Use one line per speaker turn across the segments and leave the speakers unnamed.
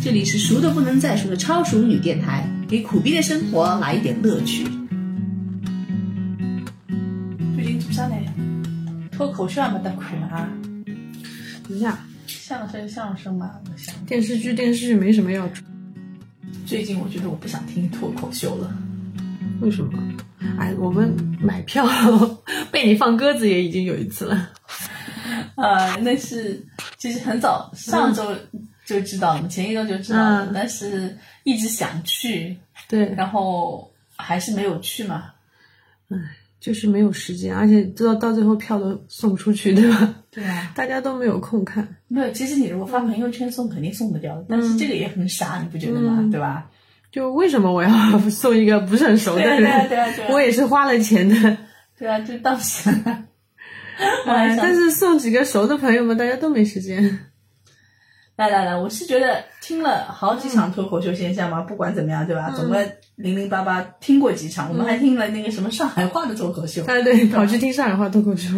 这里是熟的不能再熟的超熟女电台，给苦逼的生活来一点乐趣。
最近做啥呢？脱口秀还没得看啊？
等一下，
相声相声嘛，我想。
电视剧电视剧没什么要，
最近我觉得我不想听脱口秀了。
为什么？哎，我们买票 被你放鸽子也已经有一次了。
呃，那是其实很早上周就知道了，前一周就知道了，
嗯
但是一直想去，
对，
然后还是没有去嘛。
就是没有时间，而且知道到最后票都送不出去，对嗯吧？
对啊，
大家都没有空看。
没有。其实你如果发朋友圈送，肯定送得掉，但是这个也很傻，你不觉得吗？
嗯
对吧？
就为什么我要 送一个不是很熟的
对啊，
人？
对啊，对啊，对啊
我也是花了钱的，
对啊，就当时。我还
哎
想
但是送几个熟的朋友们，大家都没时间。
来来来，我是觉得听了好几
嗯
场脱口秀线下嘛，不管怎么样，对吧？总归零零八八听过几场，我
嗯
们还听了那个什么上海话的脱口秀，
哎，对，跑去听上海话脱口秀。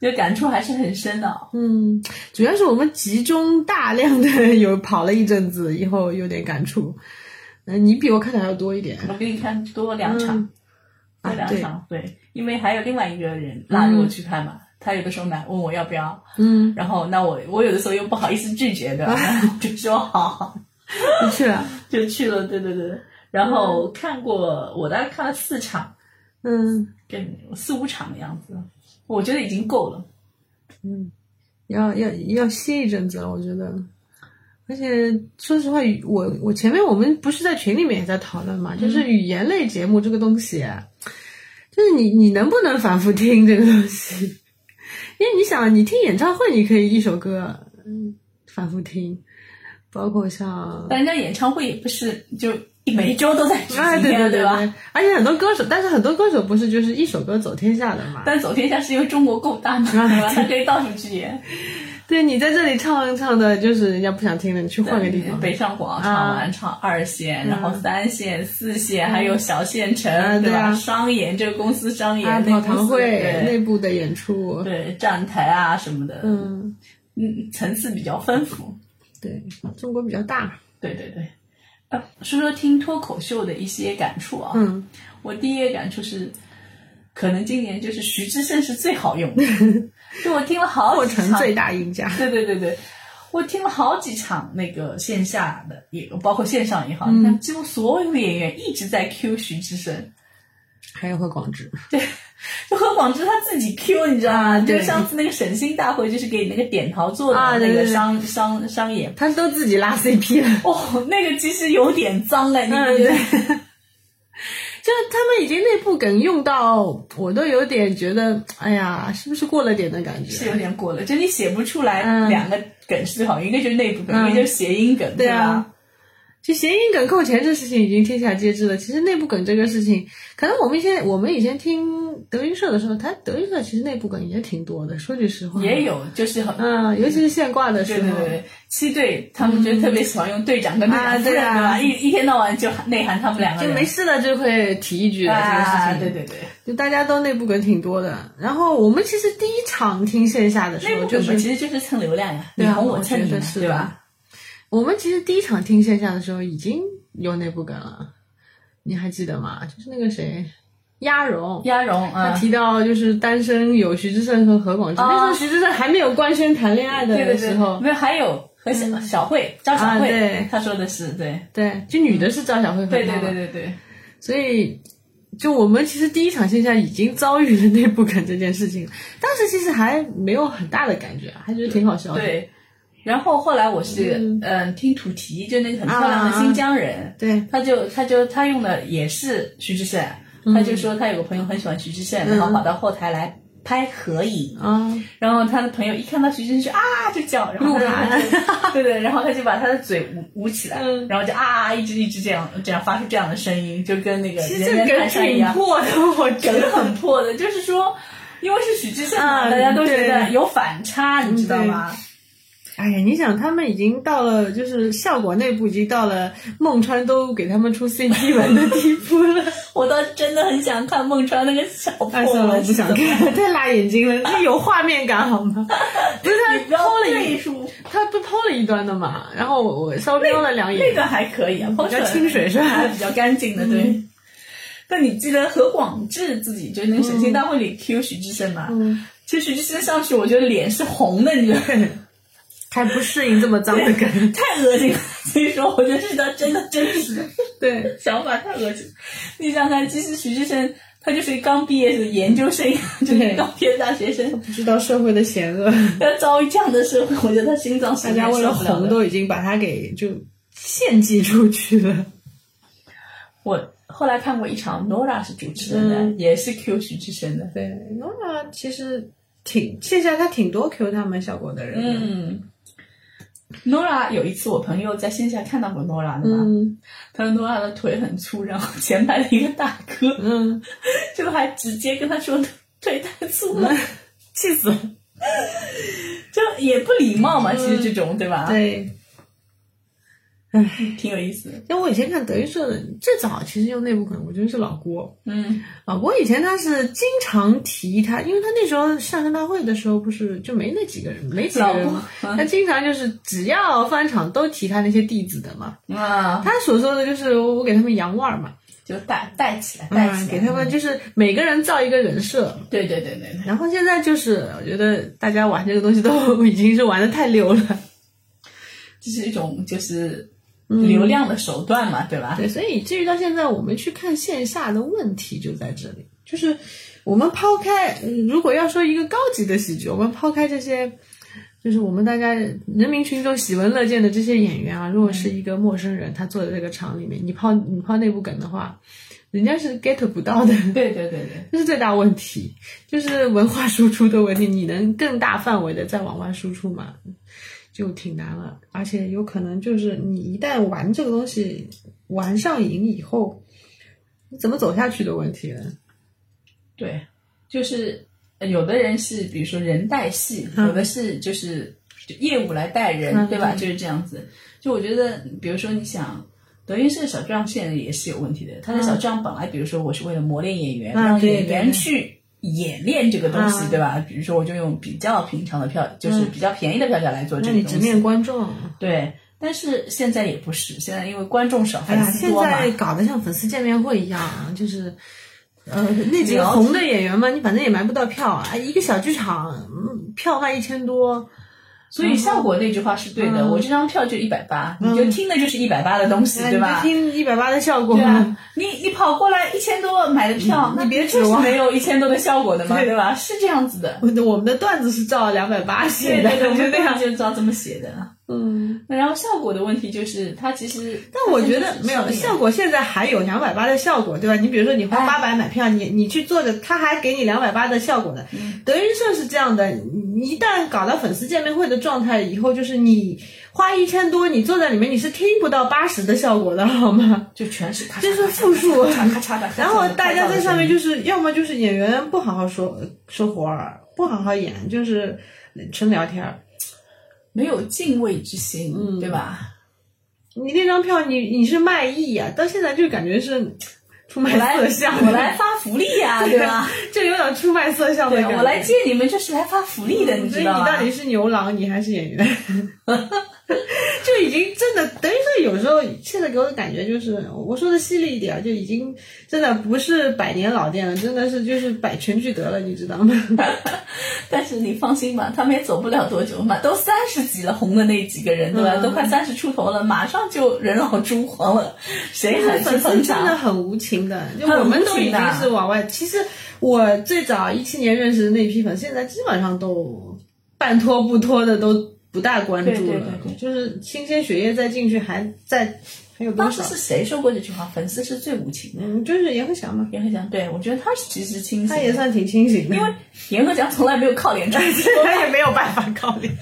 就感触还是很深的。
嗯，主要是我们集中大量的 有跑了一阵子以后，有点感触。嗯，你比我看的还要多一点。
我比你看多两场
嗯，
多
啊
两
对
场，对，因为还有另外一个人拉着我去看嘛，他有的时候买问我要不要，
嗯，啊
然后那我我有的时候又不好意思拒绝，对吧？ 就说好，
不去了。
就去了，对对对。然后看过，我大概看了四场，
嗯，
跟四五场的样子，我觉得已经够了。
要要要歇一阵子了，我觉得。而且说实话，我我前面我们不是在群里面也在讨论嘛，就是语言类节目这个东西，啊就是你你能不能反复听这个东西？ 因为你想，你听演唱会，你可以一首歌嗯反复听，包括像
但人家演唱会也不是就每周都在举行呀、
哎对对
吧？
对，而且很多歌手，但是很多歌手不是就是一首歌走天下的嘛？
但走天下是因为中国够大嘛，
啊
对吧？他可以到处去演，
对你在这里唱唱的，就是人家不想听了，你去换个地方。
北上广
啊
唱完唱二线，然后三线、四线，还有小县城，
嗯
对
对
吧？
啊
商演这个公司商演，
啊，
那
跑
公
堂
司
会内
对
部的演出，
对站台啊什么的，
嗯，
嗯，层次比较丰富。
对，中国比较大，
对对对，呃，说说听脱口秀的一些感触啊，
嗯，
我第一个感触是，可能今年就是徐志胜是最好用的， 就我听了好
过
几
程
场，
最大赢家，
对对对对，我听了好几场那个线下的，也包括线上也好，你
嗯
看几乎所有演员一直在 Q 徐志胜，
还有何广智，
就何广智他自己 Q，你知道吗？
啊
就
对
是上次那个省新大会，就是给你那个点桃做的
啊对
那个
对对
商、商商演。
他都自己拉 CP 了，
哦，那个其实有点脏哎，你不
嗯
觉得？
就是他们已经内部梗用到，我都有点觉得，哎呀，是不是过了点的感
是
觉？
有点过了，就你写不出来
嗯
两个梗是最好，一个就是内部梗，
嗯
一个就是谐音梗，
对
吧
啊？，就谐音梗扣钱这事情已经天下皆知了。其实内部梗这个事情，可能我们以前我们以前听德云社的时候，他德云社其实内部梗也挺多的，说句实话，
也，有就是很。
嗯，尤其是现挂的时
对
候，
对对对，七队他们就特别喜欢用队长跟队长
哦啊
夫人
对啊
吧？一一天到晚就内涵他们两个
就
人，
没事了就会提一句的这个事情，
啊，对对对，
就大家都内部梗挺多的。然后我们其实第一场听线下的时
内
候，
部
就
梗嘛
是
其实就是蹭流量呀，你
对啊
红我蹭你
我觉
嘛
得，是
对
的
吧？
我们其实第一场听线下的时候已经有内部梗了，你还记得吗？就是那个谁，鸭绒。
鸭绒
他
啊，
提到就是单身有徐志胜和何广智，
啊
那时候徐志胜还没有官宣谈恋爱
对
的
对
时
对，
候，
没有还有和小小慧张小
嗯啊
慧
对，
她说的是对，
对，就女的是赵小慧和
对对
他嘛
对对对，
嗯所以，就我们其实第一场线下已经遭遇了内部梗这件事情，当时其实还没有很大的感觉，啊还觉得挺好笑的。
对，然后后来我是嗯、
嗯
听土提，就那个很漂亮的
啊
新疆人，
对
他就他就他用的也是徐志胜，
嗯
他就说他有个朋友很喜欢徐志胜，然后跑到后台来拍合影，
啊，
然后他的朋友一看到徐志胜就啊就叫，然后他 就对对，然后他就把他的嘴捂捂起来，
嗯
然后就啊一直一直这样这样发出这样的声音，就跟那个
其实
人
这
人
梗
谈上一
挺
样，
破的，我觉
梗
得。
很破的，就是说。因为是许志胜嘛，
啊
大家都觉得
对
有反差，你知道吗？
哎呀，你想他们已经到了，就是效果内部已经到了孟川都给他们出 CG 版的地步了。
我倒是真的很想看孟川那个小破
哎，算了，我
文
不
是怎
想
么样，
看了，太辣眼睛 了，这有画面感好吗？ 不是
你不要
他抛了
赘
一，
述，
他不抛了一段的嘛，然后我我稍微瞄了两眼，
那个还可以啊，
嗯比较清水是吧嗯
还比较干净的，对。但你记得何广智自己就是那个《神仙大会》里 Q 徐志胜嘛？
嗯，
其实徐志胜上去，我觉得脸是红的，你知道吗？
还不适应这么脏的梗，
太恶心了。所以说，我觉得这是他真的真实的
对，
想法太恶心。你想想看，其实徐志胜他就是刚毕业的研究生，就是刚毕业的大学生，
不知道社会的险 恶，
他遭遇这样的社会，我觉得他心脏实
大
在
家为了
受不了
红
的
都已经把他给就献祭出去了。
我后来看过一场 Nora 是主持人的，
嗯
也是 Q 徐志胜的。
对，Nora 其实挺线下他挺多 Q 他们效果的人的，
嗯，Nora 有一次我朋友在线下看到过 Nora 的嘛，
嗯
他说 Nora 的腿很粗，然后前排的一个大哥
嗯，
就还直接跟他说腿太粗
嗯
了，
气死了。
就也不礼貌嘛，其实这种对吧？
嗯对，
挺有意思的。
因为我以前看德云社的，最早其实用内部梗，我觉得是老郭。
嗯
老郭啊以前他是经常提他，因为他那时候上山大会的时候不是就没那几个人，没几个人嘛，
老郭嗯
他经常就是只要翻场都提他那些弟子的嘛。
啊，
他所说的就是我给他们洋腕儿嘛，
就带带起来，带起
嗯，
来，
给他们就是每个人造一个人设。
对对对对对。
然后现在就是我觉得大家玩这个东西都已经是玩的太溜了，
这是一种就是
嗯
流量的手段嘛，对吧？
对，所以以至于到现在，我们去看线下的问题就在这里，就是我们抛开，嗯如果要说一个高级的喜剧，我们抛开这些，就是我们大家人民群众喜闻乐见的这些演员啊，如果是一个陌生人，他坐在这个场里面，你抛你抛内部梗的话，人家是 get 不到的。
对对对对，
这是最大问题，就是文化输出的问题。你能更大范围的再往外输出吗？就挺难了，而且有可能就是你一旦玩这个东西玩上瘾以后，你怎么走下去的问题了。
对，就是呃有的人是比如说人带戏，
嗯
有的是就是就业务来带人，
嗯
对吧？
嗯
就是这样子。就我觉得，比如说你想。德云社的小账现在也是有问题的。他的小账本来，比如说我是为了磨练演员，
嗯
让
对
演员
对
去演练这个东西，
嗯
对吧？比如说我就用比较平常的票，就是
嗯
比较便宜的票价来做这
那
个
你
东西。
直面观众，
对，但是现在也不是，现在因为观众少，
哎
粉
呀，
丝
现
多嘛。
在搞得像粉丝见面会一样，啊就是。呃，那几个
了解
红的演员嘛，你反正也买不到票啊，一个小剧场，嗯票卖一千多，
所以效果那句话是对的，
嗯
我这张票就一百八，你就听的就是一百八的东西，
哎
对吧？
你就听一嗯百八的效果，
对啊，你你跑过来一千多买的票，那
你别
确
指
实
望
没有一千多的效果的嘛，
嗯啊对
对吧？是这样子的，
我的 我们的段子是照两百八写的，
对，我
就
们
那样。
就知道这么写的。
嗯，
那然后效果的问题就是，它其实，
但我觉得没有效
果，
果，现在还有两百八的效果，对吧？你比如说你花
哎
八百买票，你你去坐着，他还给你两百八的效果的。
嗯
德云社是这样的，你一旦搞到粉丝见面会的状态以后，就是你花一千多，你坐在里面你是听不到八十的效果的， 好吗？
就全是咔嚓
这是复数
咔嚓咔嚓咔嚓咔嚓的。
然后大家在上面
就
就是，要么就是演员不好好说说活儿，不好好演，就是纯聊天儿。
没有敬畏之心，对吧？
你那张票你，你是卖艺呀、到现在就感觉是出卖
我来，
色相，
我来，发福利呀、对吧？
就有点出卖色相的
对，
感觉。
我来接你们，这是来发福利的，你
所以
知
你
道吗？
到底是牛郎，你还是演员？ 就已经真的，等于说有时候现在给我的感觉就是，我说的犀利一点，就已经真的不是百年老店了，真的是就是百全聚德了，你知道吗？
但是你放心吧，他们也走不了多久嘛，都三十几了，红的那几个人对吧？
嗯
都快三十出头了，马上就人老珠黄了， 谁还去
粉丝
捧
真的
场？
很无情的，就
很
我们都
无情
已
的
经是往外。其实我最早一七年认识的那批粉，现在基本上都半拖不拖的，都不大关注了。
对对对对
就是新鲜血液再进去还，在还有多
当时
少？
是谁说过这句话？粉丝是最无情的。
嗯，就是严鹤翔嘛，
严鹤翔，对我觉得他是其实清醒的，
他也算挺清醒的，
因为严鹤翔从来没有靠脸吃
他也没有办法靠脸。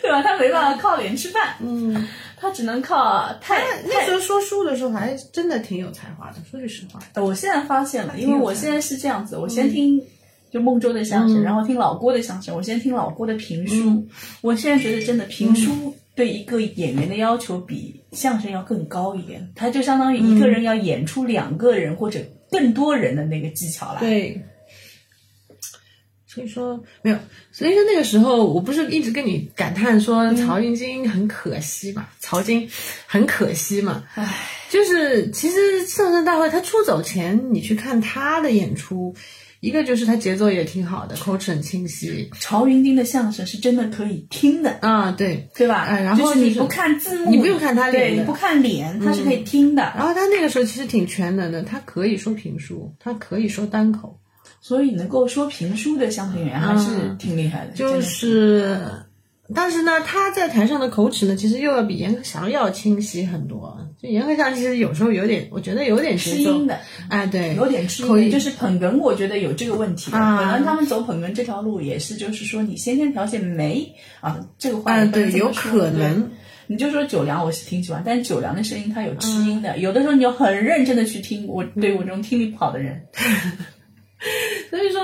对吧？他没办法靠脸吃饭，
嗯，
他只能靠太
那时候说书的时候还真的挺有才华的，说句实话。
我现在发现了，因为我现在是这样子，我先听就孟州的相
嗯
声，然后听老郭的相声。我先听老郭的评书，
嗯
我现在觉得真的评书对一个演员的要求比相声要更高一点，它就相当于
嗯
一个人要演出两个人或者更多人的那个技巧来。
对，所以说没有，所以说那个时候我不是一直跟你感叹说曹云金很可惜嘛，曹金很可惜嘛，
唉，
就是其实相声大会他出走前，你去看他的演出。一个就是他节奏也挺好的，口齿很清晰
曹云金的相声是真的可以听的，
啊，对，
对吧？
哎然后
就是你
就是
不看字幕，
你不用看他脸
对，
的嗯
你不看脸，它是可以听的。
然后他那个时候其实挺全能的，他可以说评书，他可以说单口，
所以能够说评书的相声演员还是挺厉害的，
嗯
真
就
的
是，但是呢，他在台上的口齿呢，其实又要比阎鹤祥要清晰很多。就阎鹤祥其实有时候有点，我觉得有点
吃
节奏
音，的，
哎，对，
有点吃
口
音，
音
就是捧哏，我觉得有这个问题。
啊
本来他们走捧哏这条路也是，就是说你先天条件没啊，这个话
哎，
也不能
对，
这么
有
说
可。
对
能，
你就说九良，我是挺喜欢，但是九良的声音它有吃音
嗯
的，有的时候你要很认真的去听。我对我这种听力不好的
嗯
人，
所以说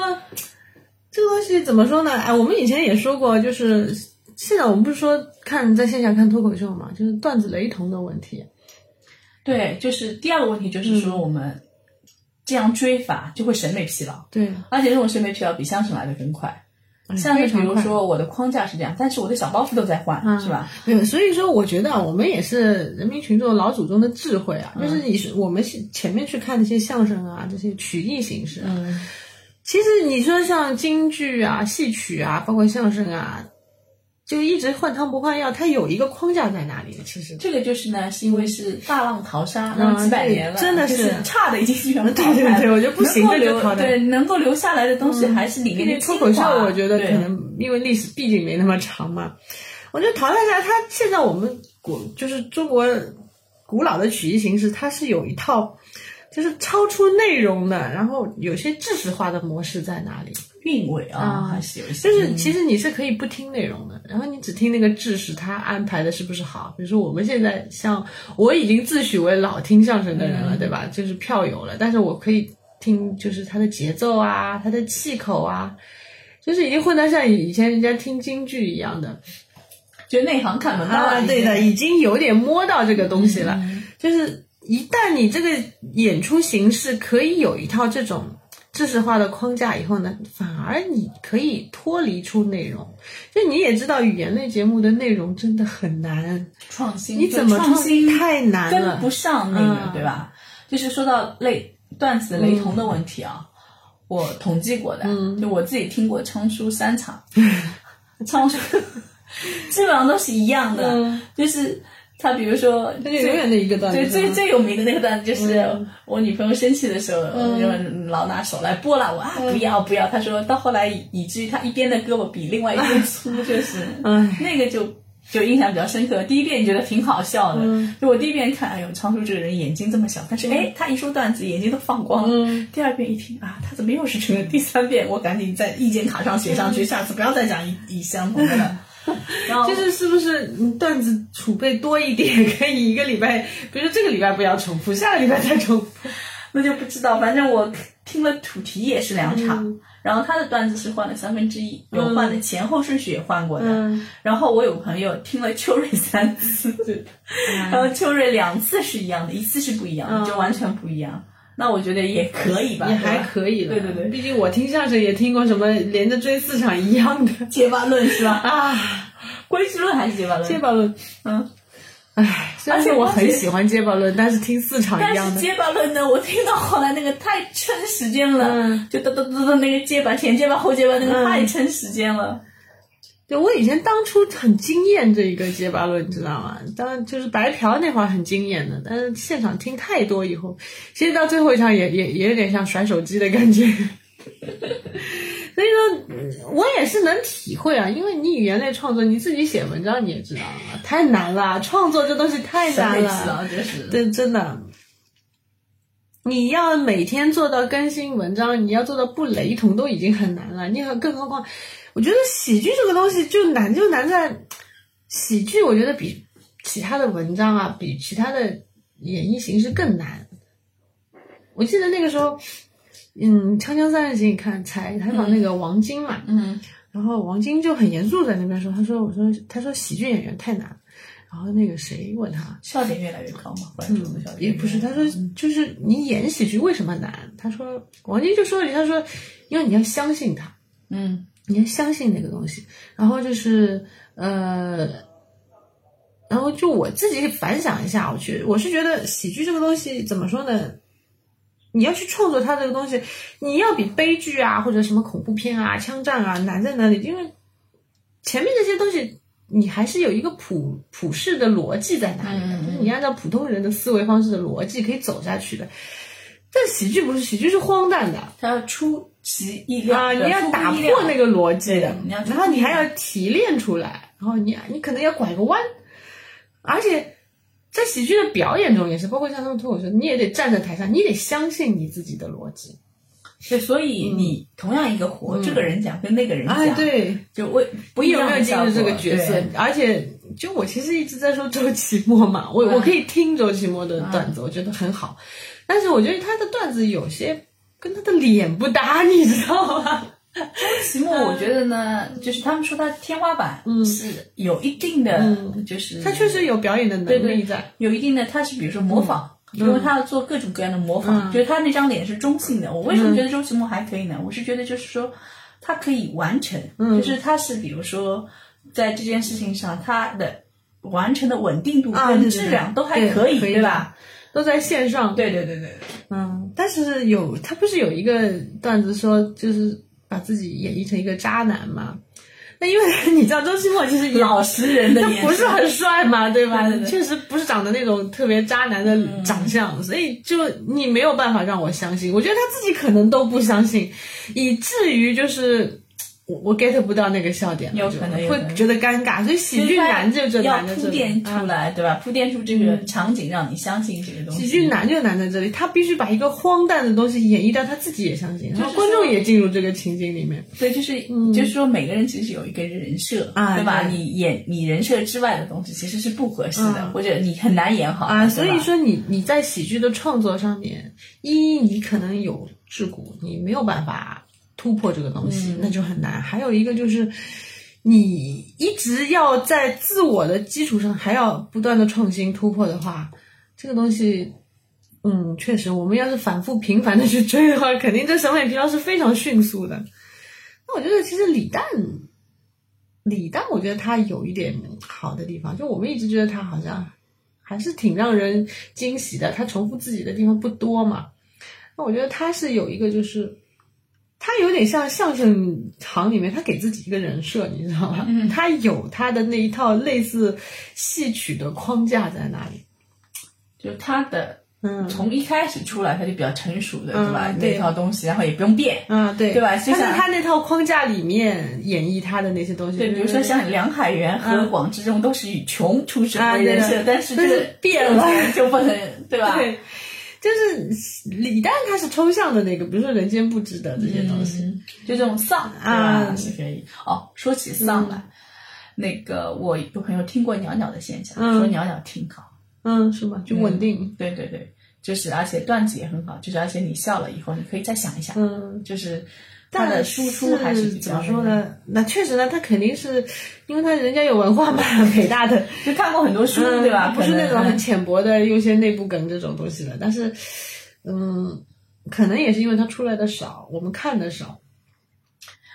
这个东西怎么说呢？哎，我们以前也说过，就是现在我们不是说看在线下看脱口秀嘛，就是段子雷同的问题，
对，就是第二个问题就是说我们这样追法就会审美疲劳。
对，
而且这种审美疲劳比相声来的更快。
哎
像
非
是比
常
如
快
说我的框架是这样，但是我的小包袱都在换，
嗯
是吧？
对，所以说我觉得啊我们也是人民群众老祖宗的智慧啊，就是你是我们是前面去看那些相声啊，这些曲艺形式啊，
嗯，
其实你说像京剧啊、戏曲啊，包括相声啊，就一直换汤不换药，它有一个框架在那里的。其实，
这个就是呢，是因为是大浪淘沙，那么几百年了，
嗯对真的
就是是差的已经基本上淘汰
对对对，我觉得不行
能够
的就淘
留
汰。嗯
对能够留下来的东西还是里
因
面
为
的
脱
精
口秀，
华。
我觉得
对
可能因为历史毕竟没那么长嘛，我觉得淘汰下来，它现在我们古就是中国古老的曲艺形式，它是有一套就是超出内容的，然后有些知识化的模式在哪里？
韵味啊
啊
还是有一些，
就是其实你是可以不听内容的，然后你只听那个知识，它安排的是不是好？比如说我们现在像我已经自诩为老听相声的人了，对吧？就是票友了，但是我可以听，就是它的节奏啊，它的气口啊，就是已经混到像以前人家听京剧一样的
就内行看门道
啊对的，已经有点摸到这个东西了。
嗯
就是一旦你这个演出形式可以有一套这种知识化的框架以后呢，反而你可以脱离出内容。就你也知道，语言类节目的内容真的很难，
创新，
你怎么
创嗯新
太难
跟
了
不。上那个，
嗯
对吧？就是说到类段子雷同的问题
嗯
啊，我统计过的，就我自己听过昌叔三场， 昌叔基本上都是一样的，
嗯
就是他比如说
那
最
就永远的一个段子。
对最最有名的那个段子就是我女朋友生气的时候，
嗯
就老拿手来拨拉我啊，不要不要，她说到后来以以至于她一边的胳膊比另外一边粗，就是
唉
那个就就印象比较深刻。第一遍觉得挺好笑的，
嗯
就我第一遍看，哎呦，常叔这个人眼睛这么小，但是哎，他一说段子眼睛都放光了。
嗯
第二遍一听啊，他怎么又是这个？第三遍我赶紧在意见卡上写上
嗯
去，下次不要再讲以以相同的了。然后
就是是不是你段子储备多一点，可以一个礼拜，比如说这个礼拜不要重复，下个礼拜再重复。
那就不知道，反正我听了土提也是两场，
嗯
然后他的段子是换了三分之一，有换的前后顺序也换过的。
嗯
然后我有朋友听了秋瑞三次， 然后秋瑞两次是一样的，一次是不一样的，
嗯
就完全不一样。那我觉得也可以吧，
也
对吧
还可以了。
对对对
毕竟我听相声也听过什么连着追四场一 样的
结巴论是吧？
啊，
归之论还是结巴论？
结巴论。
嗯，
唉，虽然
而且
说我很
关键
喜欢结巴论，但是听四场一
但
样
是
的，
结巴论呢，我听到后来那个太撑时间了，
嗯
就噔噔噔噔那个结巴前结巴后结巴那个
嗯
太撑时间了。
对我以前当初很惊艳这一个结巴论，你知道吗？当然就是白嫖那会儿很惊艳的，但是现场听太多以后，其实到最后一场也也也有点像甩手机的感觉。 所以说，嗯我也是能体会啊，因为你语言类创作，你自己写文章你也知道啊，太难了，创作这东西太
审
难
美啊
了
疲。劳就是
对，真的，你要每天做到更新文章，你要做到不雷同都已经很难了，你何更何况，我觉得喜剧这个东西就难就难在，喜剧我觉得比其他的文章啊，比其他的演绎形式更难。我记得那个时候，嗯，《锵锵三人行》，你看采采访那个王晶嘛，
嗯
然后王晶就很严肃在那边说，他说我说他说喜剧演员太难了，然后那个谁问他，
笑点越来越高嘛，关注的笑
嗯，也
点
不是，他说就是你演喜剧为什么难？他说王晶就说了一句，他说因为你要相信他，
嗯
你要相信那个东西。然后就是呃，然后就我自己反想一下，我觉我是觉得喜剧这个东西怎么说呢？你要去创作它这个东西，你要比悲剧啊或者什么恐怖片啊、枪战啊难在哪里？因为前面这些东西。你还是有一个普普世的逻辑在哪里的，
嗯嗯
就是你按照普通人的思维方式的逻辑可以走下去的。但喜剧不是，喜剧是荒诞的，
他要出其意料
啊，你要打破那
个，
个逻辑，
对你要
然后你还要提炼出来，然后你你可能要拐个弯，而且在喜剧的表演中也是，包括像他们脱口秀，你也得站在台上，你得相信你自己的逻辑。
对，所以你同样一个活，这个人讲跟那个人
嗯哎，
讲，，
对，哎
就为不
你
一
有
样
没
的
有进入
效
这
果
个角色
对？
而且，就我其实一直在说周奇墨嘛，我我可以听周奇墨的段子，我觉得很好，但是我觉得他的段子有些跟他的脸不搭，你知道吗？
期末我觉得呢，就是他们说他天花板是有一定的，
嗯
就是
他确实有表演的
对
能
对
力在。
有一定的，他是比如说模仿。因为他要做各种各样的模仿，
嗯
就是他那张脸是中性的。我为什么觉得周奇墨还可以呢？我是觉得就是说，他可以完成，
嗯
就是他是比如说在这件事情上，他的完成的稳定度
啊对
跟
对
质
对
量都还
对
可以，
可以
对吧？
都在线上。，
对对对对，
嗯，但是有他不是有一个段子说，就是把自己演绎成一个渣男嘛？那因为你知道周奇墨其实
对
也
老实人的
他
眼
不是
神
很帅嘛，对吧？
对对对嗯
确实不是长得那种特别渣男的长相，所以就你没有办法让我相信。我觉得他自己可能都不相信，以至于就是。我我 get 不到那个笑点了，
有可能
就
有可能
会觉得尴尬，所以喜剧难就就
要
难在这
铺
里
垫出
啊
来，对吧？铺垫出这
嗯
个场景，让你相信这个东西。
喜剧难就难在这里，他必须把一个荒诞的东西演绎到他自己也相信，然后
就是
观
说
众也进入这个情景里面。
对，就是、就是说，每个人其实有一个人设，
嗯啊
对吧？
对
你演你人设之外的东西其实是不合适的，
嗯
或者你很难演好
啊，
对吧
所以说你你在喜剧的创作上面，一你可能有桎梏，你没有办法突破这个东西，
嗯
那就很难。还有一个就是，你一直要在自我的基础上还要不断的创新突破的话，这个东西，嗯，确实，我们要是反复频繁的去追的话，肯定这审美疲劳是非常迅速的。那我觉得其实李诞。李诞，我觉得他有一点好的地方，就我们一直觉得他好像还是挺让人惊喜的。他重复自己的地方不多嘛，那我觉得他是有一个就是，他有点像相声行里面他给自己一个人设，你知道吧？
嗯
他有他的那一套类似戏曲的框架在那里。
就他的
嗯
从一开始出来，他就比较成熟的，
嗯
对吧？
对
那套东西，然后也不用变。
啊，对
对吧
他
就
在
像
他那套框架里面演绎他的那些东西，
对，比如说像梁海源和
嗯
广志忠都是以穷出身
啊
为人设，
对
但是
但
这
是
个
变了
就不能， 对吧？
对，就是李诞他是抽象的那个，比如说人间不值得这些东西。
嗯，就这种丧
啊
对吧？是可以。哦，说起丧
嗯
来，那个我有朋友听过袅袅的现象，
嗯
说袅袅挺好。
嗯，是吧？就稳定。
对对对，就是而且段子也很好，就是而且你笑了以后，你可以再想一想，
嗯，
就是它
但
的输出还是比
怎
较
么说？呢？那确实呢，他肯定是因为他人家有文化嘛， 北大 的，
就看过很多书，
嗯
对吧？
不是
可能
那种很浅薄的有些内部梗这种东西的，但是，嗯，可能也是因为他出来的少，我们看的少。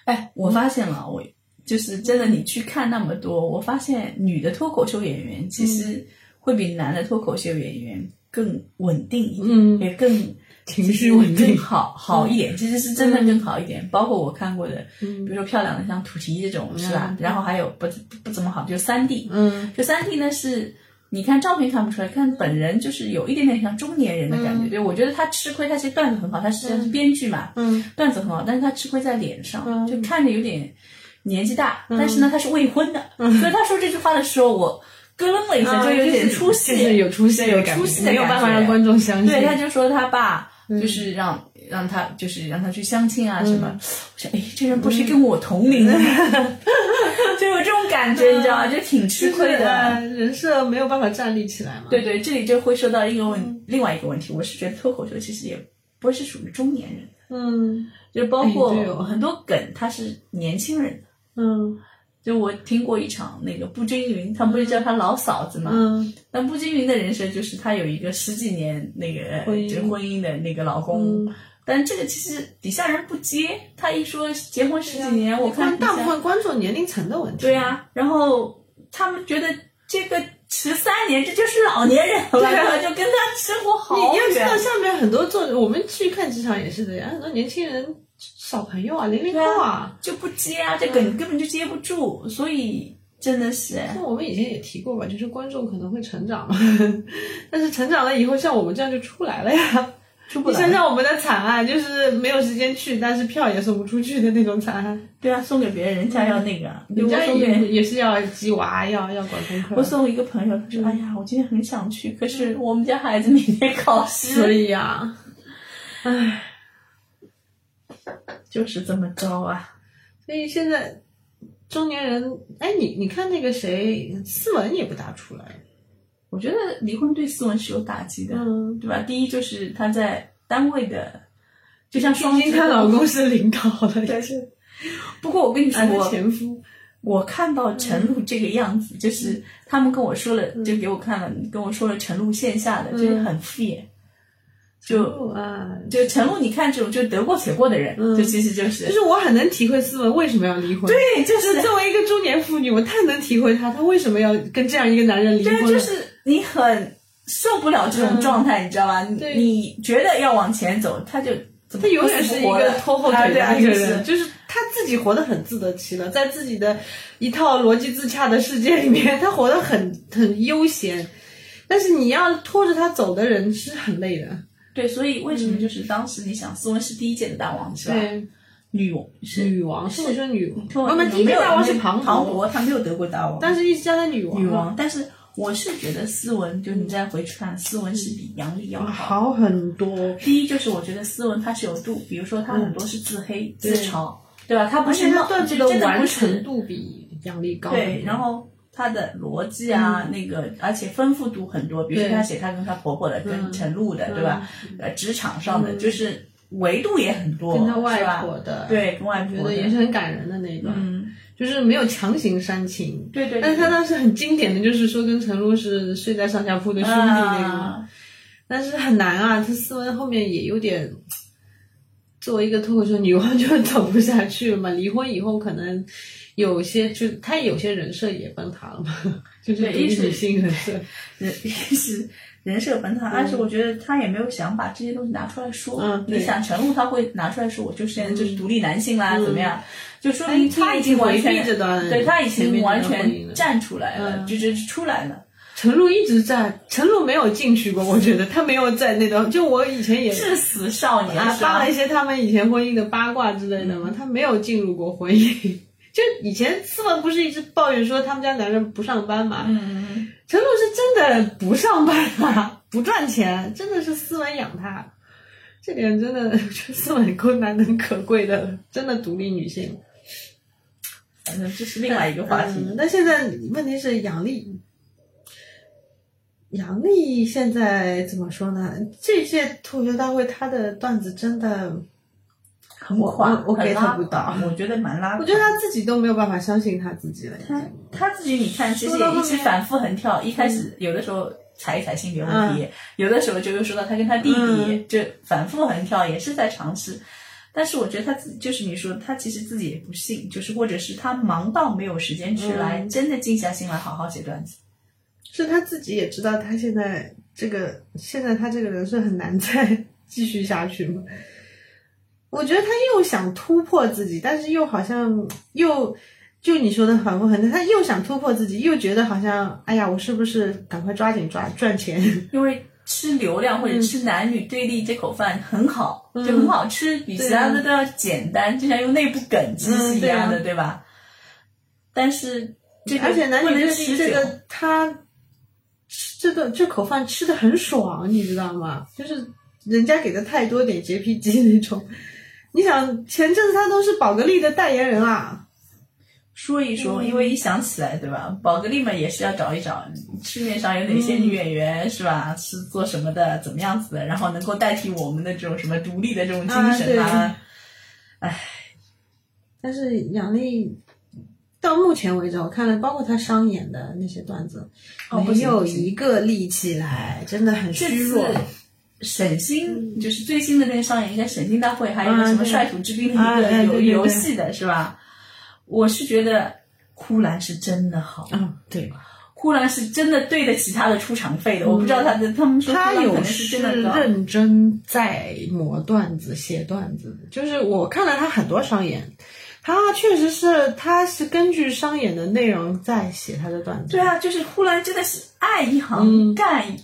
哎，我发现了，我就是真的，你去看那么多，我发现女的脱口秀演员其
嗯
实会比男的脱口秀演员更稳定一点，
嗯
也更
情绪稳定
更好好一点，其实是真的更好一点。包括我看过的，
嗯
比如说漂亮的像土提这种，是吧
嗯？
然后还有不不不怎么好，就是三 D，
嗯
就三 D 呢是。你看照片看不出来，看本人就是有一点点像中年人的感觉。
嗯
对，我觉得他吃亏，他其实段子很好，他是他是编剧嘛，
嗯
段子很好，但是他吃亏在脸上，
嗯
就看着有点年纪大，但是呢他是未婚的，所以他说这句话的时候，我咯楞了一下，就啊有点出戏，
嗯就是有出戏的
对有
感觉，
出戏的
没有办法
感觉
让观众相信。
对，他就说他爸
嗯
就是让、让他就是让他去相亲啊什么，我想哎这人不是跟我同龄的
嗯
吗， 就有这种感觉，你知道吗？就挺吃
就是
亏的。
呃人设没有办法站立起来嘛。
对
嗯
对，这里就会说到一个问、另外一个问题，我是觉得脱口秀其实也不是属于中年人的，
嗯
就包括
哎对哦
很多梗，它是年轻人的。
嗯
就我听过一场那个步惊云，他不是叫他老嫂子嘛？
嗯
但步惊云的人设就是她有一个十几年那个
婚姻
就婚姻的那个老公，
嗯，
但这个其实底下人不接，他一说结婚十几年，我看
关
底下
啊大部分关注年龄层的问题。
对啊，然后他们觉得这个十三年这就是老年人了，
对啊
就跟他生活好
你
远。
你要知道，下面很多做我们去看职场也是这样，很多年轻人小朋友啊，零零后啊，
就不接啊，这
嗯
梗根本就接不住，所以真的是哎
像我们以前也提过吧，就是观众可能会成长嘛， 但是成长了以后，像我们这样就出来了呀。
出不
你想
来。
想我们的惨案，就是没有时间去，但是票也送不出去的那种惨案。
对啊，送给别人，人家要那个，比
人
如
家
我送
也
给。
也是要鸡娃，要要管功课。
我送我一个朋友，他
嗯
说：“哎呀，我今天很想去，可是我们家孩子明天考
所
试，
以啊，唉，
就是这么着啊。
所以现在中年人，哎，你你看那个谁，思文也不大出来。”
我觉得离婚对斯文是有打击的，
嗯，
对吧？第一就是他在单位的，就像双
毕竟
职
她老公是领导了，
对是。不过我跟你说，
她的
我
前夫。
我看到陈
嗯
露这个样子，就是他们跟我说了，就给我看了，跟我说了陈露线下
嗯
的，就是很敷衍，就
啊，
就陈露，你看这种就得过且过的人，
嗯
就其实就
就是是我很能体会思文为什么要离婚。对，
对，就
就是是作为一个中年妇女，我太能体会她，她为什么要跟这样一个男人离婚
对，啊
了。
就是你很受不了这种状态，你知道吧？你
嗯对
你觉得要往前走，他就怎么
他永远是一个拖后
啊
腿
对啊
的一个
就是
人，就是他自己活得很自得其乐，在自己的一套逻辑自洽的世界里面，他活得很很悠闲。但是你要拖着他走的人是很累的，
对，所以为什么就是当时你想斯文是第一届的大王是吧？
嗯对，
女王是，
女王是我说女王，
我
我们第一个大王是
庞
庞
博，他没有得过大王，
但是一直叫她女王，
女王，但是我是觉得斯文，就你再回去看，斯文是比杨丽要好。
嗯好很多，
第一就是我觉得斯文他是有度，比如说他很多是自黑、
嗯
自
对
嘲，对吧？他不
而
是
且她
闹，
段
就
子的
真的
完
不是
成度比杨笠高很多，
对，然后他的逻辑啊，那个而且丰富度很多，比如说
嗯对
他写他跟他婆婆的，跟
嗯
陈露的，对吧？呃，职场上的
嗯
就是维度也很多，
跟他
是
外
吧
婆的，
对，跟外
我觉
婆
得
的
也是很感人的那个，
嗯，
就是没有强行煽情，
对对，
但是
对
他当时很经典的就是说跟陈露是睡在上下铺的兄弟那个，
啊，
但是很难啊。他斯文后面也有点，作为一个脱口秀女王就 走不下去了嘛。离婚以后可能有些就他有些人设也崩塌了嘛， 就是独
对一
立
是
女性人设。
人是人设本塔，但是我觉得他也没有想把这些东西拿出来说。
嗯对
你想陈露他会拿出来说，我就是现在就是独立男性啦，怎么样？就说明他已经完
回避
全
嗯哎这段，
对他已经完
前面的婚姻
全
了
站出来了，
嗯
就就是出来了。
陈露一直在，陈露没有进去过，我觉得他没有在那段，就我以前也
致死少年
啊，
是
发
吧
了一？些他们以前婚姻的八卦之类的嘛。他没有进入过婚姻， 就以前斯文不是一直抱怨说他们家男人不上班嘛？
嗯，嗯
陈露是真的不上班啊， 不赚钱，真的是斯文养他。这点真的，我 觉得斯文够难能可贵的了，真的独立女性。
反正这是另外一个话题。
嗯，但现在问题是杨笠，杨笠现在怎么说呢？这届吐槽大会，她的段子真的
很垮
我我
很
get
拉
不到
垮我觉得蛮拉垮。
我觉得他自己都没有办法相信他自己了。已
他
经。
他自己，你看，其实
说到
也
后
一
面
直反复横跳。一开始有的时候踩一踩性别问
嗯
题，有的时候就又说到他跟他弟弟，就反复横跳，也是在尝试。但是我觉得他自己就是你说他其实自己也不信，就是或者是他忙到没有时间去来
嗯
真的静下心来好好写段子。
是他自己也知道，他现在这个现在他这个人是很难 再继续下去嘛。我觉得他又想突破自己，但是又好像又就你说的反复横跳，他又想突破自己，又觉得好像哎呀，我是不是赶快抓紧抓赚钱？
因为吃流量或者吃男女对立这口饭很好，
嗯
就很好吃，比其他的都要简单，就像用内部梗其实是一样的，对吧？但是这个
嗯啊而且男女对
不能
立
持
这
久
个，他吃这顿这口饭吃的很爽，你知道吗？就是人家给的太多点洁癖鸡那种。你想前阵子他都是宝格丽的代言人啊，
说一说，因为一想起来，对吧？宝格丽嘛，也是要找一找市面上有哪些女演员、是吧？是做什么的，怎么样子的，然后能够代替我们的这种什么独立的这种精神
啊
啊。
但是杨笠到目前为止，我看了包括她商演的那些段子，
哦不
没
行
有
不行
一个立起来，真的很
这
虚
次
弱。
沈
嗯
星就是最新的那个上演，应该沈星大会，还有一个什么率土之滨
啊
的
对对
一个游
对对
游戏的是吧？我是觉得呼兰是真的好，
嗯，对，
呼兰是真的对得起他的出场费的。我不知道他的，他们说
他
呼兰可
有
能是
是
真的高。
认真在磨段子、写段子的，就是我看了他很多商演，他确实是他是根据商演的内容在写他的段子。
对啊，就是呼兰真的是爱一行、
嗯
干一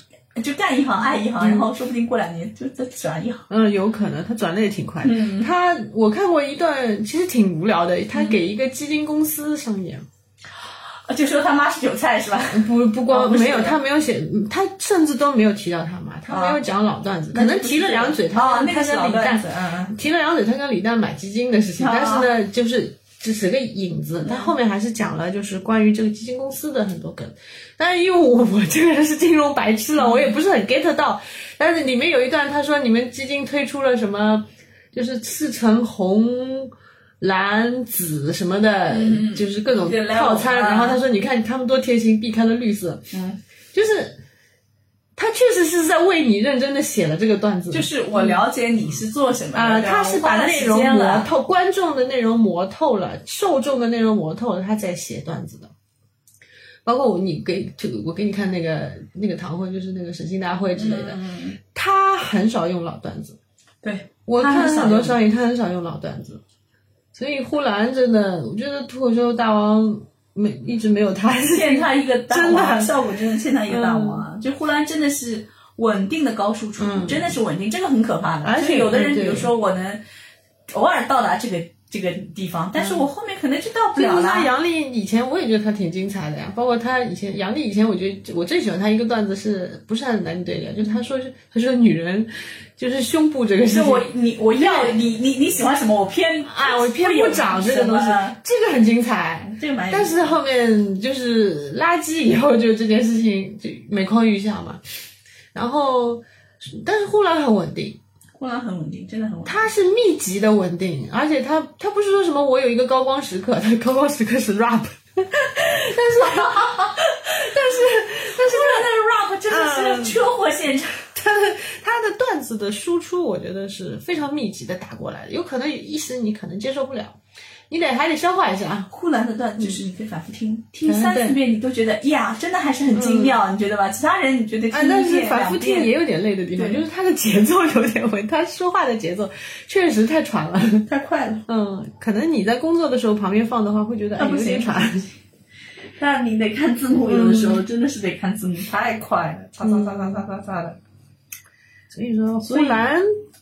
就干一行爱一行，然后说不定过两年就再转一行。
嗯，有可能他转的也挺快的。
嗯
他我看过一段，其实挺无聊的。他给一个基金公司商演，
就说他妈是韭菜是吧？
不不光、
哦不是
没有，他没有写，嗯他甚至都没有提到他妈，他没
啊
有讲老段子，可能提了两嘴他，
啊，那
他
个是
跟
老
李
段
诞
子，嗯 嗯。
提了两嘴他跟李诞买基金的事情，
啊嗯
但是呢，就是只是个影子。他后面还是讲了，就是关于这个基金公司的很多梗。但是因为我我这个人是金融白痴了，我也不是很 get 到。但是里面有一段他说你们基金推出了什么，就是赤橙红。蓝紫什么的，
嗯嗯
就是各种
对来
套
我
餐。
啊
然后他说：“你看他们多贴心，避开了绿色。”
嗯，
就是他确实是在为你认真的写了这个段子，
就是我了解你是做什么的，
啊，
对吧
他是
我花
把
了
内
时
容
间
磨
了，
透，观众的内容磨透了，受众的内容磨透了，他在写段子的。包括我，你给就我给你看那个那个堂会，就是那个神性大会之类的，
嗯
他很少用老段子。
对，
我
他
看
很少
很多
用
商演，他很少用老段子，所以呼兰真的，我觉得脱口秀大王没一直没有他。
欠他一个大
真的嗯
王，效果真的欠他一个大王啊！就呼兰真的是稳定的高输出，真的是稳定，这个很可怕的。
而且
就有的人，
对
比如说我能偶尔到达这个这个地方，但是
嗯
我后面可能就到不
就
了
是他
啦。
啊杨笠以前我也觉得他挺精彩的呀，包括他以前杨笠以前，我觉得我最喜欢他一个段子是不是很男女对立啊？就是他说是他说女人就是胸部这个事
是
情，
我你我要你你你喜欢什么，哎我偏
啊我偏不哎长这个东西
什么，
这个很精彩。
这个蛮有意
但
思
是后面就是垃圾以后，就这件事情就每况愈下嘛。然后，但是呼兰很稳定，
呼兰很稳定，真的很稳定。
它是密集的稳定，而且它它不是说什么我有一个高光时刻，它高光时刻是 rap，
但是他的 rap 真的是车祸现场，
他的他的段子的输出，我觉得是非常密集的打过来的，有可能一时你可能接受不了，你得还得消化一下啊。
呼兰的段子就是你可以反复听，听
嗯
三
对
四遍你都觉得哎呀，真的还是很精妙，你觉得吧？其他人你觉得听
啊，
一
但是
遍
反复
两遍
听也有点累的地方，
对
就是他的节奏有点稳，他说话的节奏确实太喘了。
太快了，
嗯，可能你在工作的时候旁边放的话，会觉得哎
啊不
有
行
点喘。
但你得看字幕，有的时候真的是得看字幕，太快了，擦擦擦擦擦擦擦的。
所以说，呼兰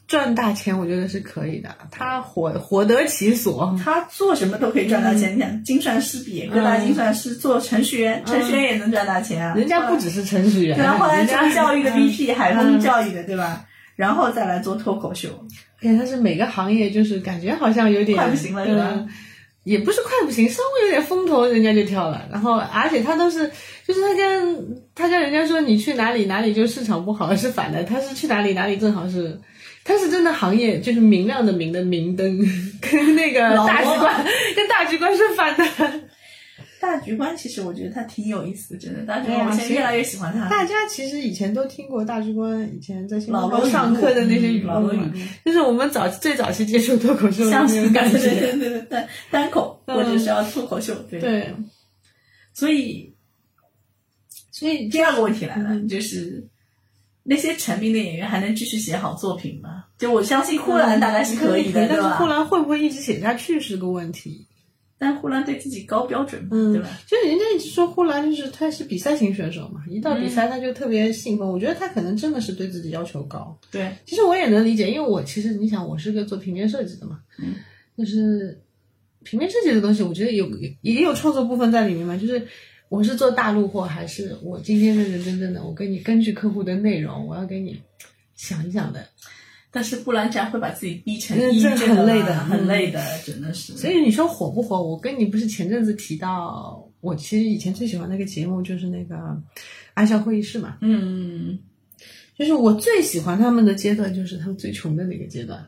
赚大钱，我觉得是可以的，他活活得其所。
他做什么都可以赚大钱，你想精算师毕业，各大
嗯
精算师做程序员，程序员也能赚大钱啊。
人家不只是程序 员，
对啊，后来
人
做
家
教育的 VP，海
嗯
丰教育的对吧？然后再来做脱口秀，
对，但是每个行业就是感觉好像有点
快不行了是吧
嗯也不是快不行，稍微有点风头，人家就跳了。然后，而且他都是，就是他跟他跟人家说你去哪里哪里就市场不好是反的，他是去哪里哪里正好是，他是真的行业就是明亮的明的明灯，跟那个
老
大局
挝
观 跟大局观是反的。
大局观其实我觉得他挺有意思的，真的。大局
哎呀
观我现在
谁
越来越喜欢他。
大家其实以前都听过大局观，以前在新
老
闻
罗
上
嗯
上课的那些语
老
录
罗语
嘛，嗯
录，
就是我们早最早期接触脱口秀的
相
那种
声
感
对对
觉。
对对对单单口
嗯
或者是要脱口秀，对。
对，
所以
所以
第二个问题来
嗯
了，就是那些成名的演员还能继续写好作品吗？就我相信呼
嗯
兰大概是可以的，
但
对
是呼
吧？
兰会不会一直写下去是个问题。
但呼兰对自己高标准嘛，
嗯
对吧？
就是人家一直说呼兰就是他是比赛型选手嘛，一到比
嗯
赛他就特别兴奋。我觉得他可能真的是对自己要求高。
对，
其实我也能理解，因为我其实你想，我是个做平面设计的嘛，
嗯
就是平面设计的东西，我觉得有也有创作部分在里面嘛，就是。我是做大陆货，还是我今天认认真真的？我跟你根据客户的内容，我要给你想一想的，
但是不然这样会把自己逼成
嗯
一
这
这
很
个
累的嗯
很累的，真的是。
所以你说火不火？我跟你不是前阵子提到，我其实以前最喜欢那个节目就是那个《爱笑会议室》嘛，
嗯，
就是我最喜欢他们的阶段就是他们最穷的那个阶段，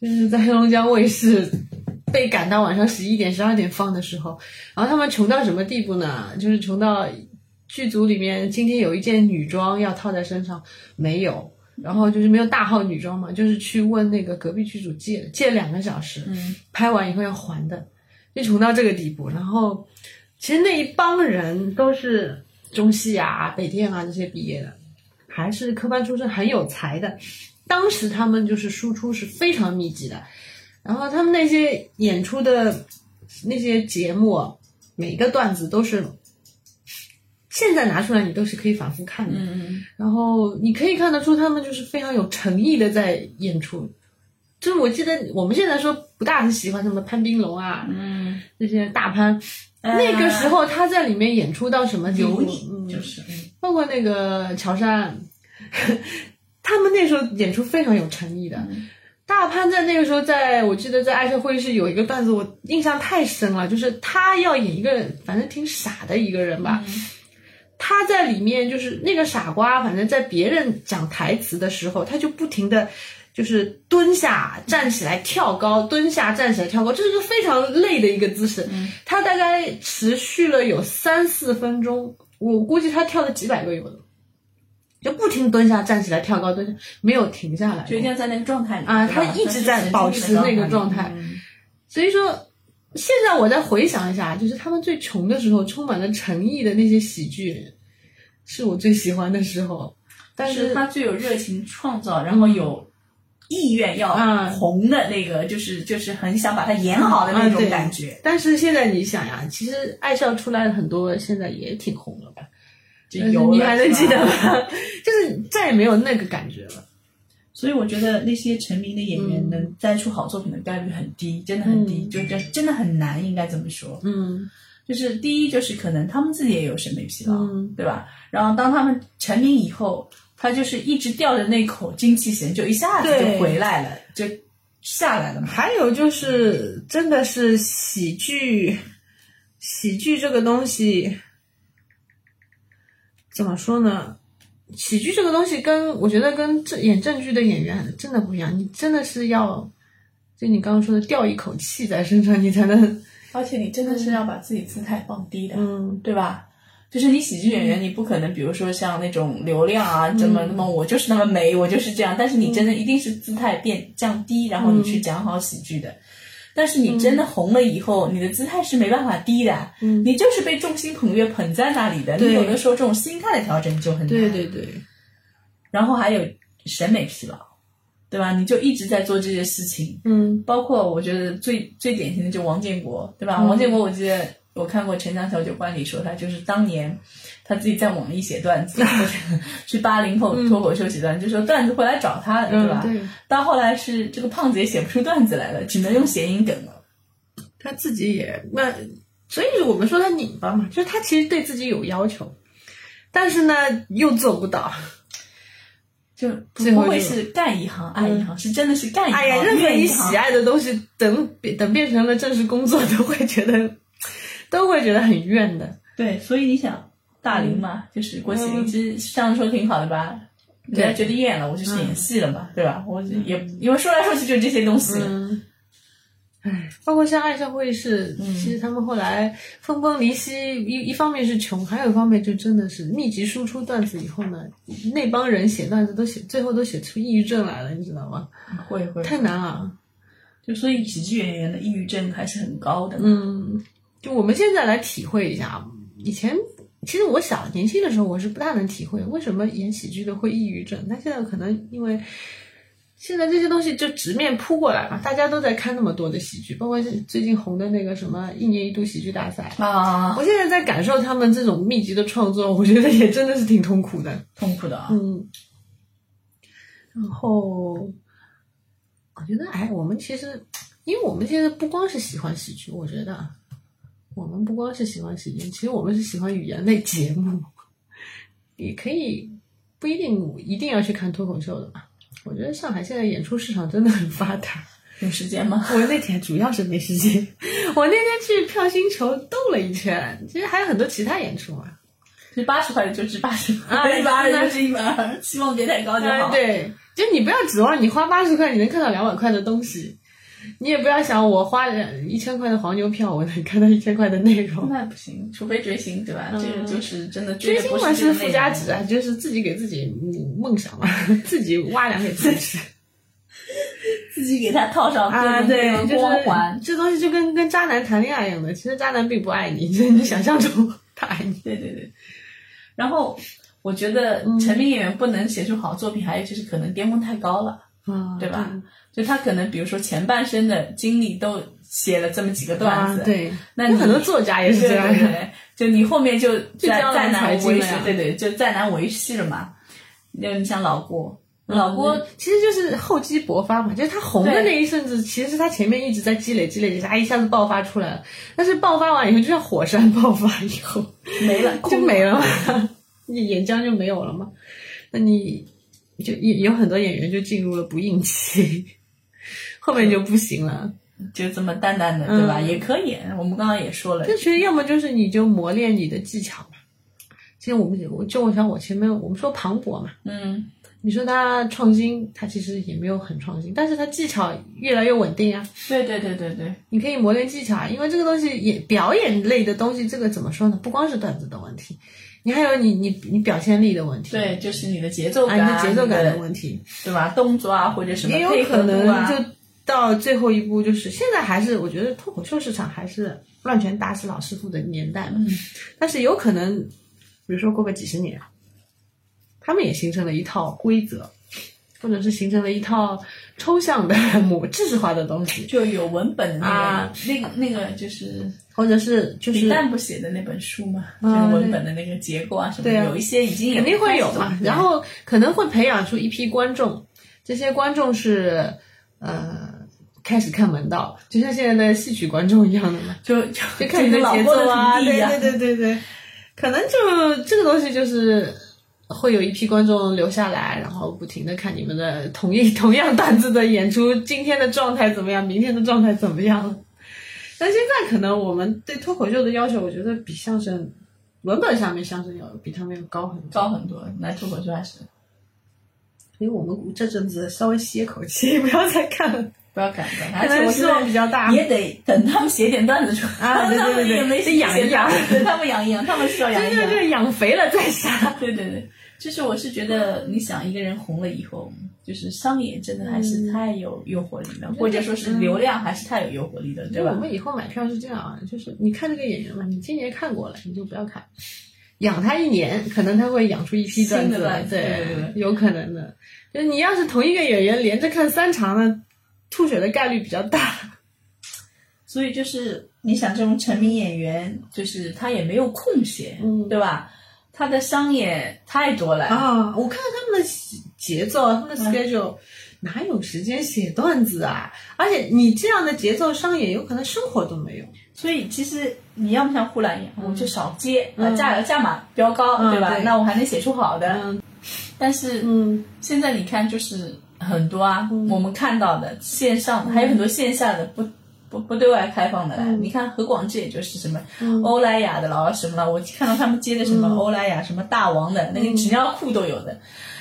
就是在黑龙江卫视被赶到晚上十一点、十二点放的时候，然后他们穷到什么地步呢？就是穷到剧组里面今天有一件女装要套在身上，没有。然后就是没有大号女装嘛，就是去问那个隔壁剧组借的，借两个小时，
嗯，
拍完以后要还的，就穷到这个地步。然后，其实那一帮人都是中戏啊、北电啊这些毕业的，还是科班出身，很有才的。当时他们就是输出是非常密集的，然后他们那些演出的那些节目，每一个段子都是现在拿出来你都是可以反复看的。
嗯
然后你可以看得出他们就是非常有诚意的在演出。就是我记得我们现在说不大很喜欢什么潘斌龙啊
嗯，呃
这些大潘，那个时候他在里面演出到什么地步
油腻
嗯
就是，嗯
包括那个乔杉， 他们那时候演出非常有诚意的。
嗯
大潘在那个时候在，我记得在爱社会是有一个段子，我印象太深了，就是他要演一个反正挺傻的一个人吧，
嗯
他在里面就是那个傻瓜，反正在别人讲台词的时候，他就不停的。就是蹲下、站起来、跳高，蹲下、站起来、跳高，这是个非常累的一个姿势。
嗯
他大概持续了有三四分钟，我估计他跳了几百个有的，就不停蹲下、站起来、跳高、蹲下，没有停下来过。
就一定要在那个状态里
啊
对吧
他一直在保持那个状态
嗯
所以说，现在我再回想一下，就是他们最穷的时候，充满了诚意的那些喜剧，是我最喜欢的时候。但
就是
是
他最有热情创造，然后有意愿要
嗯
红的那个，就是就是很想把它演好的那
啊对
种感觉，
但是现在你想呀，其实爱笑出来的很多，现在也挺红了吧？
就
但是
有
嗯你
了
还能
是
记得
吧
吗？ 就是再也没有那个感觉了。
所以我觉得那些成名的演员
嗯
能摘出好作品的概率很低，真的很低，
嗯
就就真的很难，应该这么说。
嗯
就是第一，就是可能他们自己也有审美疲劳，
嗯
对吧？然后当他们成名以后，他就是一直吊着那口精气神，就一下子
对
就回来了，就下来了嘛。
还有就是，真的是喜剧，喜剧这个东西怎么说呢？喜剧这个东西跟我觉得跟这演正剧的演员真的不一样，你真的是要，就你刚刚说的吊一口气在身上，你才能，
而且你真的是要把自己姿态放低的，
嗯
对吧？就是你喜剧演员，你不可能，比如说像那种流量啊，怎么那么我就是那么美，我就是这样。但是你真的一定是姿态变降低，然后你去讲好喜剧的。但是你真的红了以后，你的姿态是没办法低的，
嗯
你就是被众星捧月捧在那里的。
对
你有的时候这种心态的调整就很难。
对对对，
然后还有审美疲劳，对吧？你就一直在做这些事情，
嗯
包括我觉得最最典型的就王建国，对吧？
嗯
王建国，我记得我看过《城墙小酒馆》里说他就是当年他自己在网易写段子， 去八零后脱口秀写段子，就说段子会来找他的，对吧？
嗯，对，
到后来是这个胖子也写不出段子来了，只能用谐音梗了。
他自己也那，所以我们说他拧巴嘛，就是他其实对自己有要求，但是呢又做不到。
就不
最后
不
就
会是干一行爱一行，是真的是干一行
哎呀，任何
愿
你
一行
喜。爱的东西，等变等变成了正式工作，都会觉得都会觉得很怨的。
对，所以你想大
嗯
龄嘛，就是郭麒麟之上说挺好的吧？人家
对嗯
觉得厌了，我就是演戏了嘛，对吧？我也因为说来说去就是这些东西。
嗯，哎，包括像爱笑会议室，其实他们后来分崩离析，一一方面是穷，还有一方面就真的是密集输出段子以后呢，那帮人写段子都写最后都写出抑郁症来了，你知道吗？
会会，
太难啊了。
就所以喜剧演员的抑郁症还是很高的。
嗯，就我们现在来体会一下，以前其实我小年轻的时候，我是不大能体会为什么演喜剧的会抑郁症。但现在可能因为现在这些东西就直面扑过来嘛，大家都在看那么多的喜剧，包括最近红的那个什么一年一度喜剧大赛。
啊，
我现在在感受他们这种密集的创作，我觉得也真的是挺痛苦的。
痛苦的啊！
嗯，然后我觉得，哎，我们其实，因为我们现在不光是喜欢喜剧，我觉得啊我们不光是喜欢喜剧，其实我们是喜欢语言类节目，也可以不一定一定要去看脱口秀的嘛。我觉得上海现在演出市场真的很发达。
有时间吗？
我那天主要是没时间， 我那天去票星球动了一圈，其实还有很多其他演出嘛。
就八十块的就值八十
啊
块，一百二的就是一百二，希望别太高就好。
哎对，就你不要指望你花八十块你能看到两百块的东西，你也不要想我花了一千块的黄牛票我能看到一千块的内容。
那不行，除非追星，对吧？这个就是真的追
嗯追
的
星
不
嘛
是这个
是
内
附
容
加值啊，就是自己给自己嗯梦想嘛， 自己挖两给自己吃。
自己给他套上各
啊，
种
对，
各
就
种
是
光环。
这东西就跟跟渣男谈恋爱一样的，其实渣男并不爱你， 就是你想象中他爱你。
对对对。然后我觉得
嗯
成名演员不能写出好作品，还有就是可能巅峰太高了，
啊，
对吧？就他可能比如说前半生的经历都写了这么几个段子，
啊、对，
那
有
你
很多作家也
对
是这
对
样的。
对，就你后面就再
江郎
再
才啊
难
尽
维
了
系
呀，
对对，就再难维系了嘛。那你像老郭，
嗯
老郭
我其实就是厚积薄发嘛，就是他红的
对
那一阵子，其实他前面一直在积累、积累、积累，哎他一下子爆发出来了。但是爆发完以后，就像火山爆发以 后
没了，
嗯就
空
没了 嘛，你岩浆就没有了嘛。那你就有有很多演员就进入了不应期， 后面就不行了。
就这么淡淡的，对吧？
嗯
也可以，我们刚刚也说了，
就觉得要么就是你就磨练你的技巧嘛。其实我们我就我想我前面我们说庞博嘛，
嗯，
你说他创新，他其实也没有很创新，但是他技巧越来越稳定啊。
对对对对对，
你可以磨练技巧，啊，因为这个东西也表演类的东西，这个怎么说呢？不光是段子的问题，你还有你你你表现力的问题，
对，就是你的节奏
啊，
感
你
啊、
的节奏感
你
的
的
问题，
对吧？动作啊，或者什么
也有
配
可
合度
能
啊，
就到最后一步，就是现在还是我觉得脱口秀市场还是乱拳打死老师傅的年代嘛，
嗯
但是有可能，比如说过个几十年，他们也形成了一套规则，或者是形成了一套抽象的 模知识化的东西，
就有文本的那个、
啊
那个那个就是
或者是就是
李诞不写的那本书嘛，
嗯
就是文本的那个结构啊什么的，
对啊
有一些已经
肯定会有
嘛
嘛。。然后可能会培养出一批观众，这些观众是呃开始看门道，就像现在的戏曲观众一样的嘛，
就就
就看你
就跟
节
老郭
奏啊，
的徒弟
对
一样
对对对对，可能就这个东西就是。会有一批观众留下来，然后不停的看你们的同一 同样段子的演出，今天的状态怎么样，明天的状态怎么样？但现在可能我们对脱口秀的要求，我觉得比相声文本上面相声要比他们要高很多。
高很多，那脱口秀还是
所以我们这阵子稍微歇口气，不要再看 了，
不要赶的，
可
而且
能啊
我
希
希
望
望
比较大。
也得等他们写点段子出来，
啊对对对
他们
对
也没
得啊养一养
写段子对他们养一养，他们需要养
对
一
对
养。
对，养肥了再 杀。
对对对，就是我是觉得，你想一个人红了以后，就是商演真的还
嗯
是太有诱惑力了，或者说是流量还是太有诱惑力了，对
我
吧？
们以后买票是这样啊，就是你看这个演员嘛，你今年看过了，你就不要看，养他一年，可能他会养出一批段
新
子
的
来，
段子对对
有可能的。就是你要是同一个演员连着看三场呢，吐血的概率比较大。
所以就是你想这种成名演员，就是他也没有空闲，
嗯
对吧？他的商演太多了，
啊，我看他们的节奏，他们
嗯
的 schedule，、哪有时间写段子啊？而且你这样的节奏上演，有可能生活都没有。
所以其实你要么像呼兰一样，我就少接，
嗯
呃，价格价码标高，
嗯
对吧？
对
那我还能写出好的。
嗯
但是
嗯，
现在你看，就是很多啊，我们看到的线上的，还有很多线下的不不不对外开放的来。你看何广智，也就是什么欧莱雅的了，什么了，我看到他们接的什么欧莱雅、什么大王的那个纸尿裤都有的，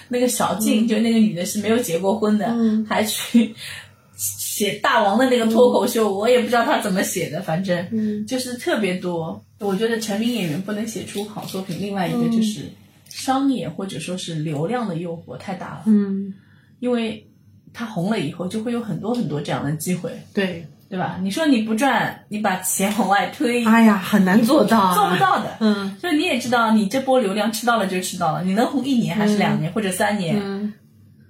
那个小静、就那个女的是没有结过婚的，
嗯
还去写大王的那个脱口秀，我也不知道她怎么写的，反正
嗯
就是特别多。我觉得成名演员不能写出好作品，另外一个
嗯
就是。商业或者说是流量的诱惑太大了，
嗯，
因为他红了以后就会有很多很多这样的机会，
对，
对吧？你说你不赚，你把钱往外推，
哎呀，很难做到、啊，
做不。到的。
嗯
就你也知道，你这波流量吃到了就吃到了，你能红一年还是两年或者三年，
嗯，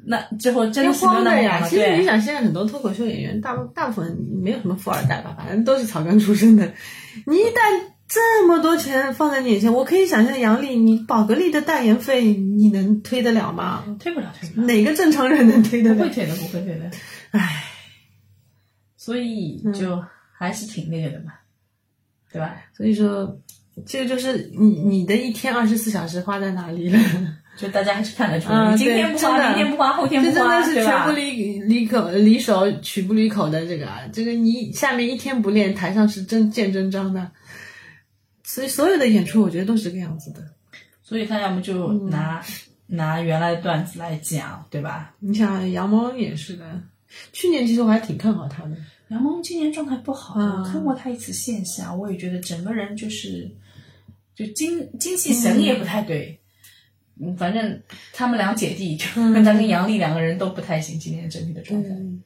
那之后真
要
的是没有
慌
那
的
么
呀
红！了。
其实你
啊对，
想，现在很多脱口秀演员，大部大部分没有什么富二代吧，反正都是草根出身的。你一旦这么多钱放在你眼前，我可以想象杨笠，你宝格丽的代言费，你能推得了吗？
嗯推不了，推不了，
哪个正常人能推得
不会
了？
推的，不会推的。
唉，嗯
所以就还是挺那个的嘛，对吧？
所以说，这个就是你你的一天二十四小时花在哪里了？
就大家还是看得出
嗯
来，你今天不
对真
花，
的
明天不花，后天
这
不
真
花，
的是
对
全
吧
不？离离口离手，曲不离口的这个，啊，这个你下面一天不练，台上是真见真章的。所以所有的演出，我觉得都是这个样子的。
所以他要么就
嗯
拿、拿原来的段子来讲，对吧？
你想，杨蒙也是的，去年其实我还挺看好他的。
杨蒙今年状态不好，
嗯
我看过他一次线下，我也觉得整个人就是就
嗯
精精气神也不太对。嗯，反正他们两姐弟就跟他跟杨丽两个人都不太行，今年整体的状态。
嗯，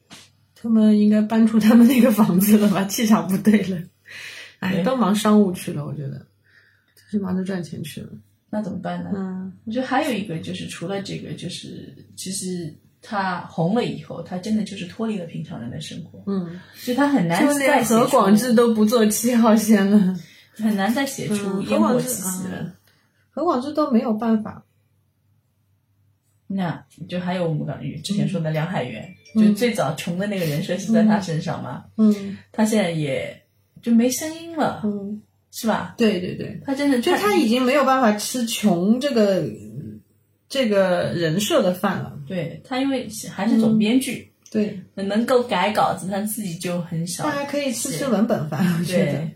他们应该搬出他们那个房子了吧？气场不对了，哎，
对
都忙商务去了，我觉得，就是忙着赚钱去了。
那怎么办呢？
嗯
我觉得还有一个就是，除了这个，就是其实他红了以后，他真的就是脱离了平常人的生活，
嗯，
就他很难
就
再
连
写
何广
出
智都不做七号线 了，
很难再写出
嗯何
烟
广
火
智
气息了。
嗯何广智都没有办法。
那就还有我们刚之前说的梁海源，
嗯
就最早穷的那个人设是在他身上嘛，
嗯
他现在也就没声音了，
嗯，
是吧？
对对对，
他真的
就他已经没有办法吃穷这个这个人设的饭了。
对他因为还是
嗯
总编剧，
对，
能够改稿子，但自己就很少
大。家可以吃吃
是
文本饭，我觉得。
对，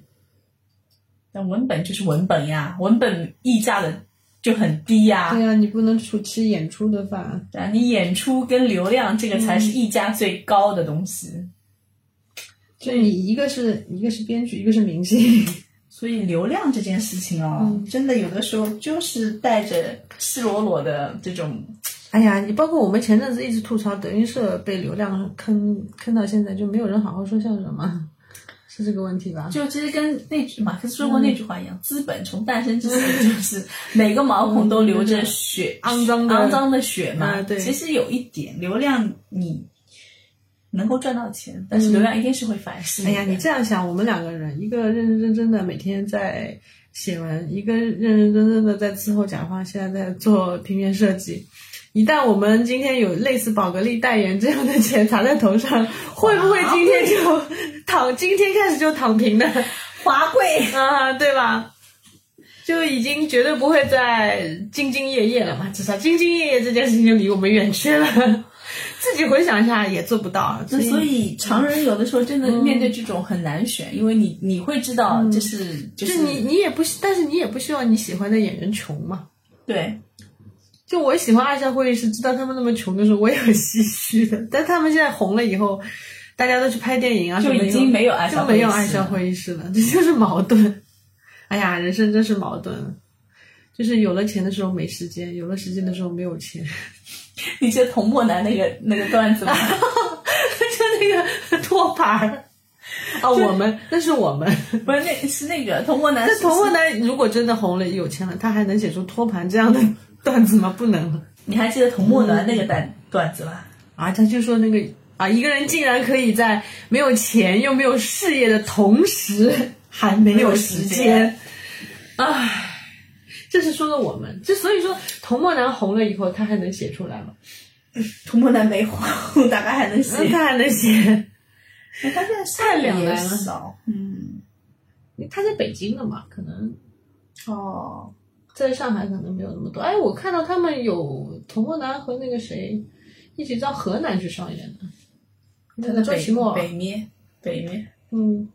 但文本就是文本呀，文本溢价的就很低呀。
对啊，你不能出吃演出的饭。
对啊，你演出跟流量这个才
嗯
是溢价最高的东西。
就你一个是一个是编剧，一个是明星。
所以流量这件事情哦，
嗯
真的有的时候就是带着赤裸裸的这种，
哎呀，你包括我们前阵子一直吐槽德云社被流量坑坑到现在，就没有人好好说相声嘛，是这个问题吧？
就其实跟那句马克思
嗯
说过那句话一样，资本从诞生之前 就是每个毛孔都流着血，
嗯肮脏的
肮脏的血嘛。
啊对
其实有一点流量你能够赚到钱，但是流量一定是会反噬
嗯
的。
哎呀，你这样想，我们两个人，一个认认真真的每天在写文，一个认认真真的在伺候甲方，现在在做平面设计。一旦我们今天有类似宝格丽代言这样的钱砸在头上，会不会今天就躺？今天开始就躺平的？
华贵，
啊，对吧？就已经绝对不会再兢兢业业了嘛，至少兢兢业业这件事情就离我们远去了。 自己回想一下也做不到，啊
那所
所嗯
以常人有的时候真的面对这种很难选，因为你你会知道这是、就
就是是你你也不希，但是你也不希望你喜欢的演员穷嘛。
对。
就我喜欢爱笑会议室，知道他们那么穷的时候，我也很唏嘘的。但他们现在红了以后，大家都去拍电影啊，
就
什么
已经没有爱
就
笑
没有
会议
爱
室
笑
了
会议室了，这就是矛盾。哎呀，人生真是矛盾，就是有了钱的时候没时间，有了时间的时候没有钱。
你记得童漠男那个那个段子吗？
就那个托盘儿啊，我们那是我们。
不是，那是那个童漠男
那
是，
童漠男如果真的红了、有钱了，他还能写出托盘这样的段子吗？不能了
你还记得童漠
嗯
男那个段段子吧？
啊！他就说那个啊，一个人竟然可以在没有钱又没有事业的同时，还没有时间，唉。这是说的我们，就所以说，童漠男红了以后，他还能写出来吗？
童漠男没红，大概还能写
嗯，。他还能写。
哎他现在
太两难了
少，嗯，
他在北京的嘛，可能
哦，
在上海可能没有那么多。哎，我看到他们有童漠男和那个谁一起到河南去上演的，
他
那
在
个周
北
奇墨，
北面，北面，
嗯，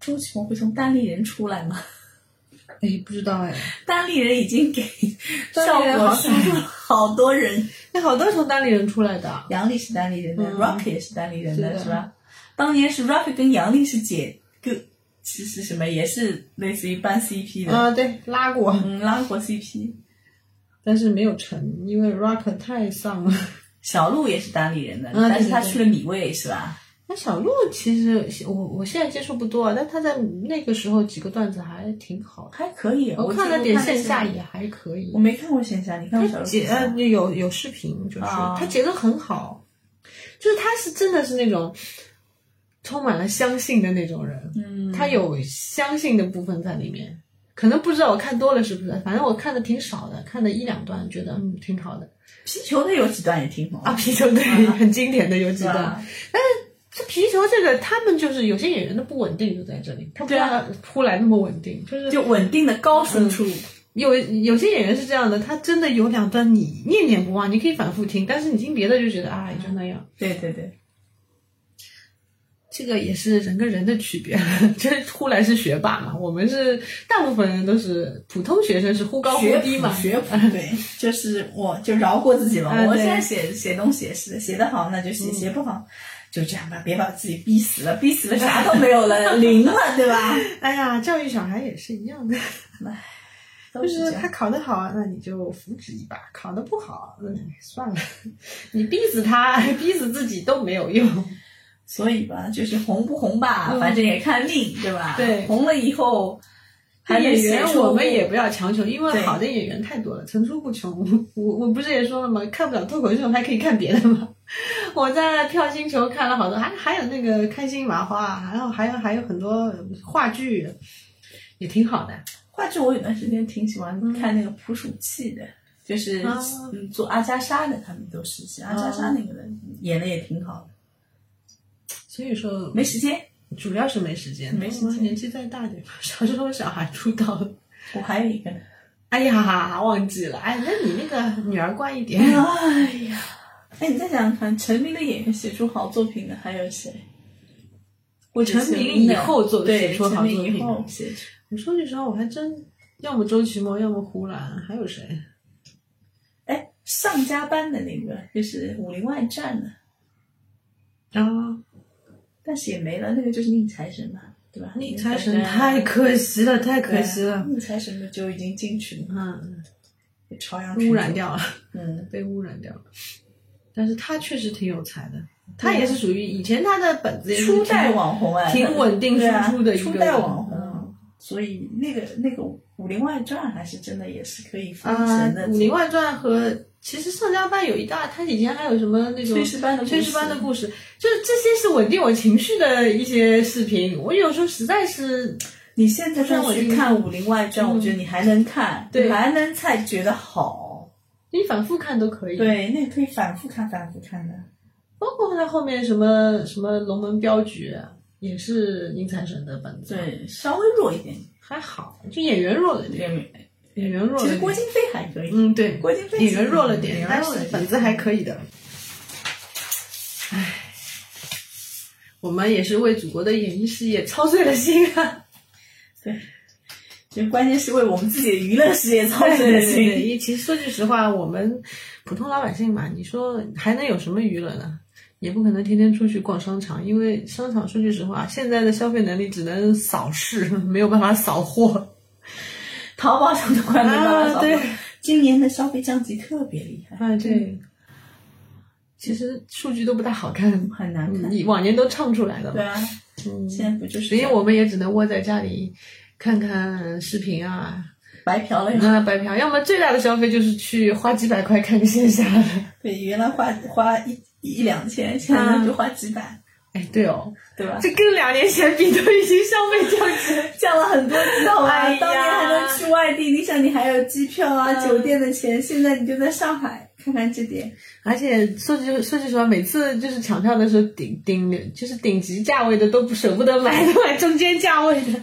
周奇墨会从单立人出来吗？
哎，不知道哎，
单立人已经给效
单立人
果
好
输入了好多人，
那好多从单立人出来的，啊
杨丽是单立人的、
嗯
r o c k y 也是单立人
是
的，
的
是吧？当年是 Rocky 跟杨丽是姐哥，是是什么？也是类似于搬 CP 的，
啊，对，拉过，
嗯，拉过 CP。
但是没有成，因为 Rock 太丧了。
小鹿也是单立人的，
嗯
但是他
对对对
去了米未，是吧？
那小鹿其实我我现在接触不多，啊但他在那个时候几个段子还挺好的，
还可以，
我
我
看
记得
了点
我看
线下
了
也还可以
我。没看过线下，你看过嗯小
他
鹿
截
线
呃
下？
有有视频，就是、
啊
他截的很好，就是他是真的是那种充满了相信的那种人，
嗯，
他有相信的部分在里面。可能不知道我看多了是不是，反正我看的挺少的，看了一两段，觉得嗯挺好的
皮球的有几段也挺红
啊。皮球对，很经典的有几
是吧
段。？这皮球这个，他们就是有些演员的不稳定就在这里，他不
对啊
像他扑来那么稳定，就是
嗯就稳定的高输出，
有有些演员是这样的，他真的有两段你念念不忘，你可以反复听，但是你听别的就觉得啊，也就那样。
对对对，
这个也是人跟人的区别， 这呼来是学霸嘛，我们是大部分人都是普通学生，是忽高忽
学
低
谱
嘛。
学谱对，就是我就饶过自己了。
啊
我
对嗯
现在写写东西也是，写得好那就写，写不好就这样吧，别把自己逼死了，逼死了啥都没有 了，零了，对吧？
哎呀，教育小孩也是一样的，
都
就是
这
是
样
他考得好，那你就扶植一把；考得不好，嗯，算了， 你逼死他， 逼死自己都没有用。
所以吧，就是红不红吧，
嗯
反正也看命，对吧？
对
红了以后还能
演
写
员
出
我们也不要强求，因为
对
好的演员太多了，层出不穷。 我我不是也说了吗？看不了脱口秀还可以看别的吗？ 我在票星球看了好多，还还有那个开心麻花，啊然后还有还有很多话剧，也挺好的。
话剧，我有段时间挺喜欢看那个捕鼠器的，就是、
嗯啊
嗯做阿加莎的，他们都是是阿加莎那个人、演的也挺好的，
所以说，
没时间。
主要是没时间，
没时间
我年纪再大点， 小时候小孩出道了。
我还有一个呢，
哎呀，忘记了。哎，那你那个女儿乖一点。
哎呀，哎，你再想想看，成名的演员写出好作品的还有谁？或者
成名以后做
对
写出好
成名
作
以
品
后写出
我说句实话，我还真要么周奇墨，要么胡兰，还有谁？
哎上家班的那个就是《武林外传》的，
啊，
但是也没了，那个就是宁财神嘛，对吧？
逆财神太可惜了，太可惜了。
宁啊财神的就已经进去了，
嗯，
被朝阳
污染。掉了，
嗯，
被污染掉了。但是他确实挺有才的，他也是属于以前他的本子也是
啊
挺
初代网红哎，
挺稳定
对啊
输出的一个
初代网红
嗯，
所以那个那个《武林外传》还是真的也是可以封
啊，
神的。
《武林外传》和其实上家班有一大，他以前还有什么那种
炊事班的故事
炊事班的故事，就是这些是稳定我情绪的一些视频。我有时候实在是
你现在让
让
我
我
去
去嗯
看《武林外传》，我觉得你还能看，
对
还能才觉得好。
你反复看都可以，，
对，那可以反复看，反复看的。
包括他后面什么什么龙门镖局啊。也是宁财神的本子，，
对，稍微弱一点，
还好，就演员弱了点，演员弱了
其
点。
实郭京飞还可以。
嗯，对，
郭京飞
演员弱了点
演，员
但
弱了
是
点
本子还可以的。唉，我们也是为祖国的演艺事业操碎了心啊！
就关键是为我们自己的娱乐事业操碎了
对对
心。
对其实说句实话，我们普通老百姓嘛，你说还能有什么娱乐呢？也不可能天天出去逛商场，因为商场说句实话，现在的消费能力只能扫视， 没有办法扫货。
淘宝上都快没办法
啊
找了
对。
今年的消费降级特别厉害，
啊，对，其实数据都不大好看，嗯
很难看。
你往年都唱出来了嘛。
对啊，
嗯
现在不就是
所以我们也只能窝在家里看看视频啊，
白嫖了呀？
那白嫖。要么最大的消费就是去花几百块看个线下的。
对，原来花花一一两千，现在就花几百，
哎，对哦，
对吧？
这跟两年前比都已经消费降级。
降了很多，知道吗？
哎呀
当年还能去外地，你想你还有机票啊、
嗯
酒店的钱，现在你就在上海，看看这点。
而且说句说句实话，每次就是抢票的时候顶顶就是顶级价位的都不舍不得买，都买中间价位的，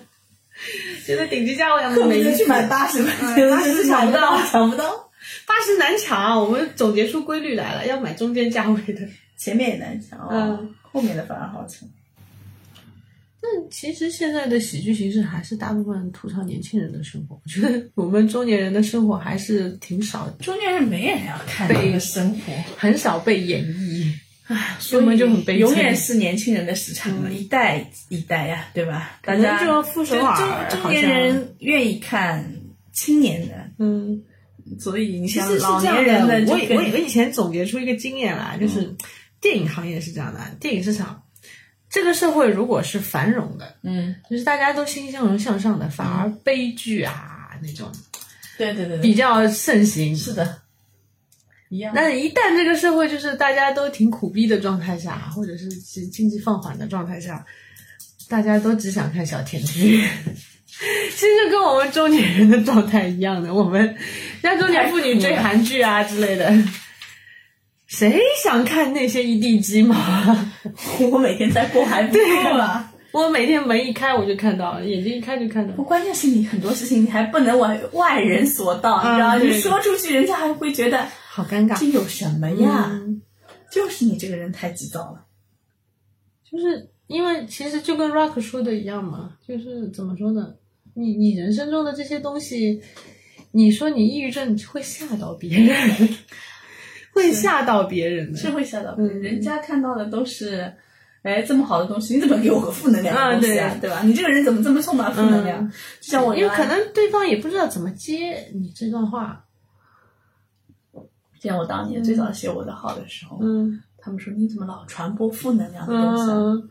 觉得顶级价位啊
恨不
每
得
一
去
次
买八十块钱的，
嗯
真是
抢不到
抢不到。
八十难抢。啊我们总结出规律来了，要买中间价位的。
前面也难抢啊
嗯，
后面的反而好抢。
但其实现在的喜剧形式还是大部分吐槽年轻人的生活，我觉得我们中年人的生活还是挺少，
中年人没人要看
对
这个生活，
很少被演绎。唉，所
所
以
以
我们就很悲催，嗯
永远是年轻人的市场了，一代一代呀，对吧？
可
大
能
家
就傅首尔
中中
啊好像
年人愿意看青年的，
嗯，
所以你
其
像
实是
老
这样
年人的
的。嗯
就
我
更，
以我以我以前总结出一个经验来，就是电影行业是这样的，电影市场这个社会如果是繁荣的，
嗯，
就是大家都欣欣向荣向上的，反而悲剧啊那种
对对对对，
比较盛行。
是的，一样。
那一旦这个社会就是大家都挺苦逼的状态下，或者是经经济放缓的状态下，大家都只想看小甜剧。 其实就跟我们中年人的状态一样的，我们像中年妇女追韩剧啊之类的，谁想看那些一地鸡毛啊？
我每天在过还不够啊，
我每天门一开我就看到了，眼睛一开就看到了。
关键是你很多事情你还不能为外人所道，你知道吗？
嗯
你
对
说出去，人家还会觉得
好尴尬
这有什么呀？就是你这个人太急躁了。
就是因为其实就跟 Rock 说的一样嘛，就是怎么说呢？你你人生中的这些东西，你说你抑郁症会吓到别人， 会吓到别人的。
是会吓到别人，
嗯
人家看到的都是，哎，这么好的东西，你怎么给我个负能量的东西啊？
啊
对吧？你这个人怎么这么充满负能量？
嗯
就像我
因
原
为
来，
可能对方也不知道怎么接你这段话。
就像我当年最早写我的号的时候，
嗯
他们说你怎么老传播负能量的东西、啊？
嗯，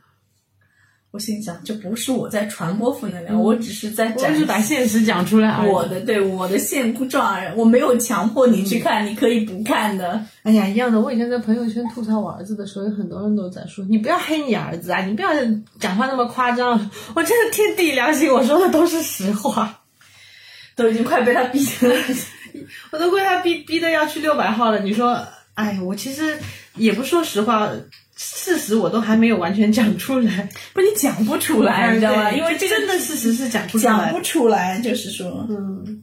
我心里想，这不是我在传播负能量，
嗯
我只是在
我
展示
是把现实讲出来而已。
我的对我的现状而已，我没有强迫你
嗯
去看，你可以不看的。
哎呀，一样的。我以前在朋友圈吐槽我儿子的时候，有很多人都在说：“你不要黑你儿子啊，你不要讲话那么夸张。”我真的天地良心，我说的都是实话。
都已经快被他逼成了，
嗯我都快要逼逼的要去六百号了。你说，哎，我其实也不说实话，事实我都还没有完全讲出来，
不你讲不出来，你知道吗？
嗯对
因为这个
真的事实是讲不出
讲
来
不
的，
出来，就是说
嗯，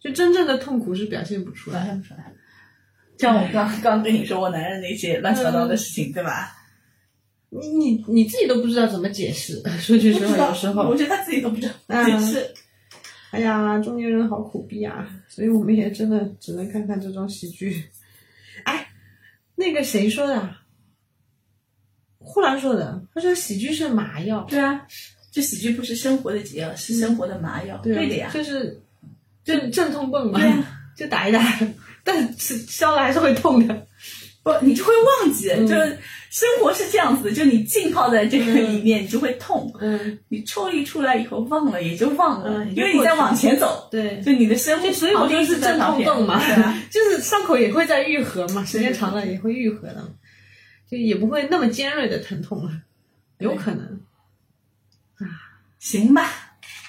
就真正的痛苦是表现不出
表
来。
现不出来。像我刚刚跟你说我男人的一些乱七八糟的事情，对吧？
你你你自己都不知道怎么解释，说句实
不
话，
知道
嗯有时
我
候，
觉得他自己都不知道
嗯
解释。
哎呀，中年人好苦逼啊！所以我们也真的只能看看这种喜剧。哎，那个谁说的啊？呼兰说的，他说喜剧是麻药。
对啊，这喜剧不是生活的解药，是生活的麻药。
对啊
的呀，
就是就镇痛泵嘛，
对啊
就打一打，但是消了还是会痛的。
不，你就会忘记，
嗯
就是生活是这样子的，就你浸泡在这个里面，你就会痛。
嗯，
你抽离出来以后忘了，也就忘了，
嗯
因为你在往前走，
对，
就你的生活，
就所以我就是镇痛泵嘛
对啊吧？，
就是伤口也会在愈合嘛，时间长了也会愈合的，就也不会那么尖锐的疼痛了，有可能。
行吧，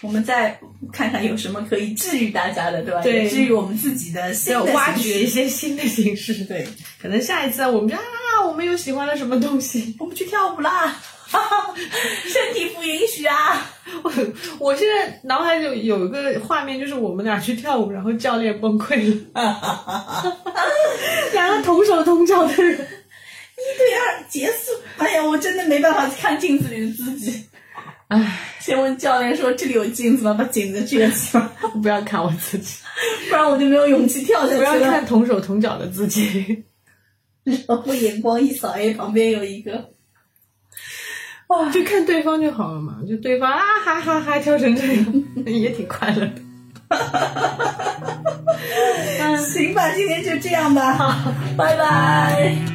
我们再看看有什么可以治愈大家的，对吧？
对
也治愈我们自己的新
要
的
挖
形式
掘一。些新的形式，
对，
可能下一次我们就啊，我们又喜欢了什么东西。
我们去跳舞啦，哈哈，身体不允许啊！
我 我现在脑海里有有一个画面，就是我们俩去跳舞，然后教练崩溃了， 两个同手同脚的人。
一对二结束，哎呀，我真的没办法看镜子里的自己。
唉，
先问教练说这里有镜子吗？把镜子撅起吧，
不要看我自己，
不然我就没有勇气跳下去
不
了。
要看同手同脚的自己。
然后眼光一扫，哎，旁边有一个，哇，
就看对方就好了嘛，就对方啊哈哈哈跳成这样， 也挺快乐 的。嗯
行吧，今天就这样吧，拜拜。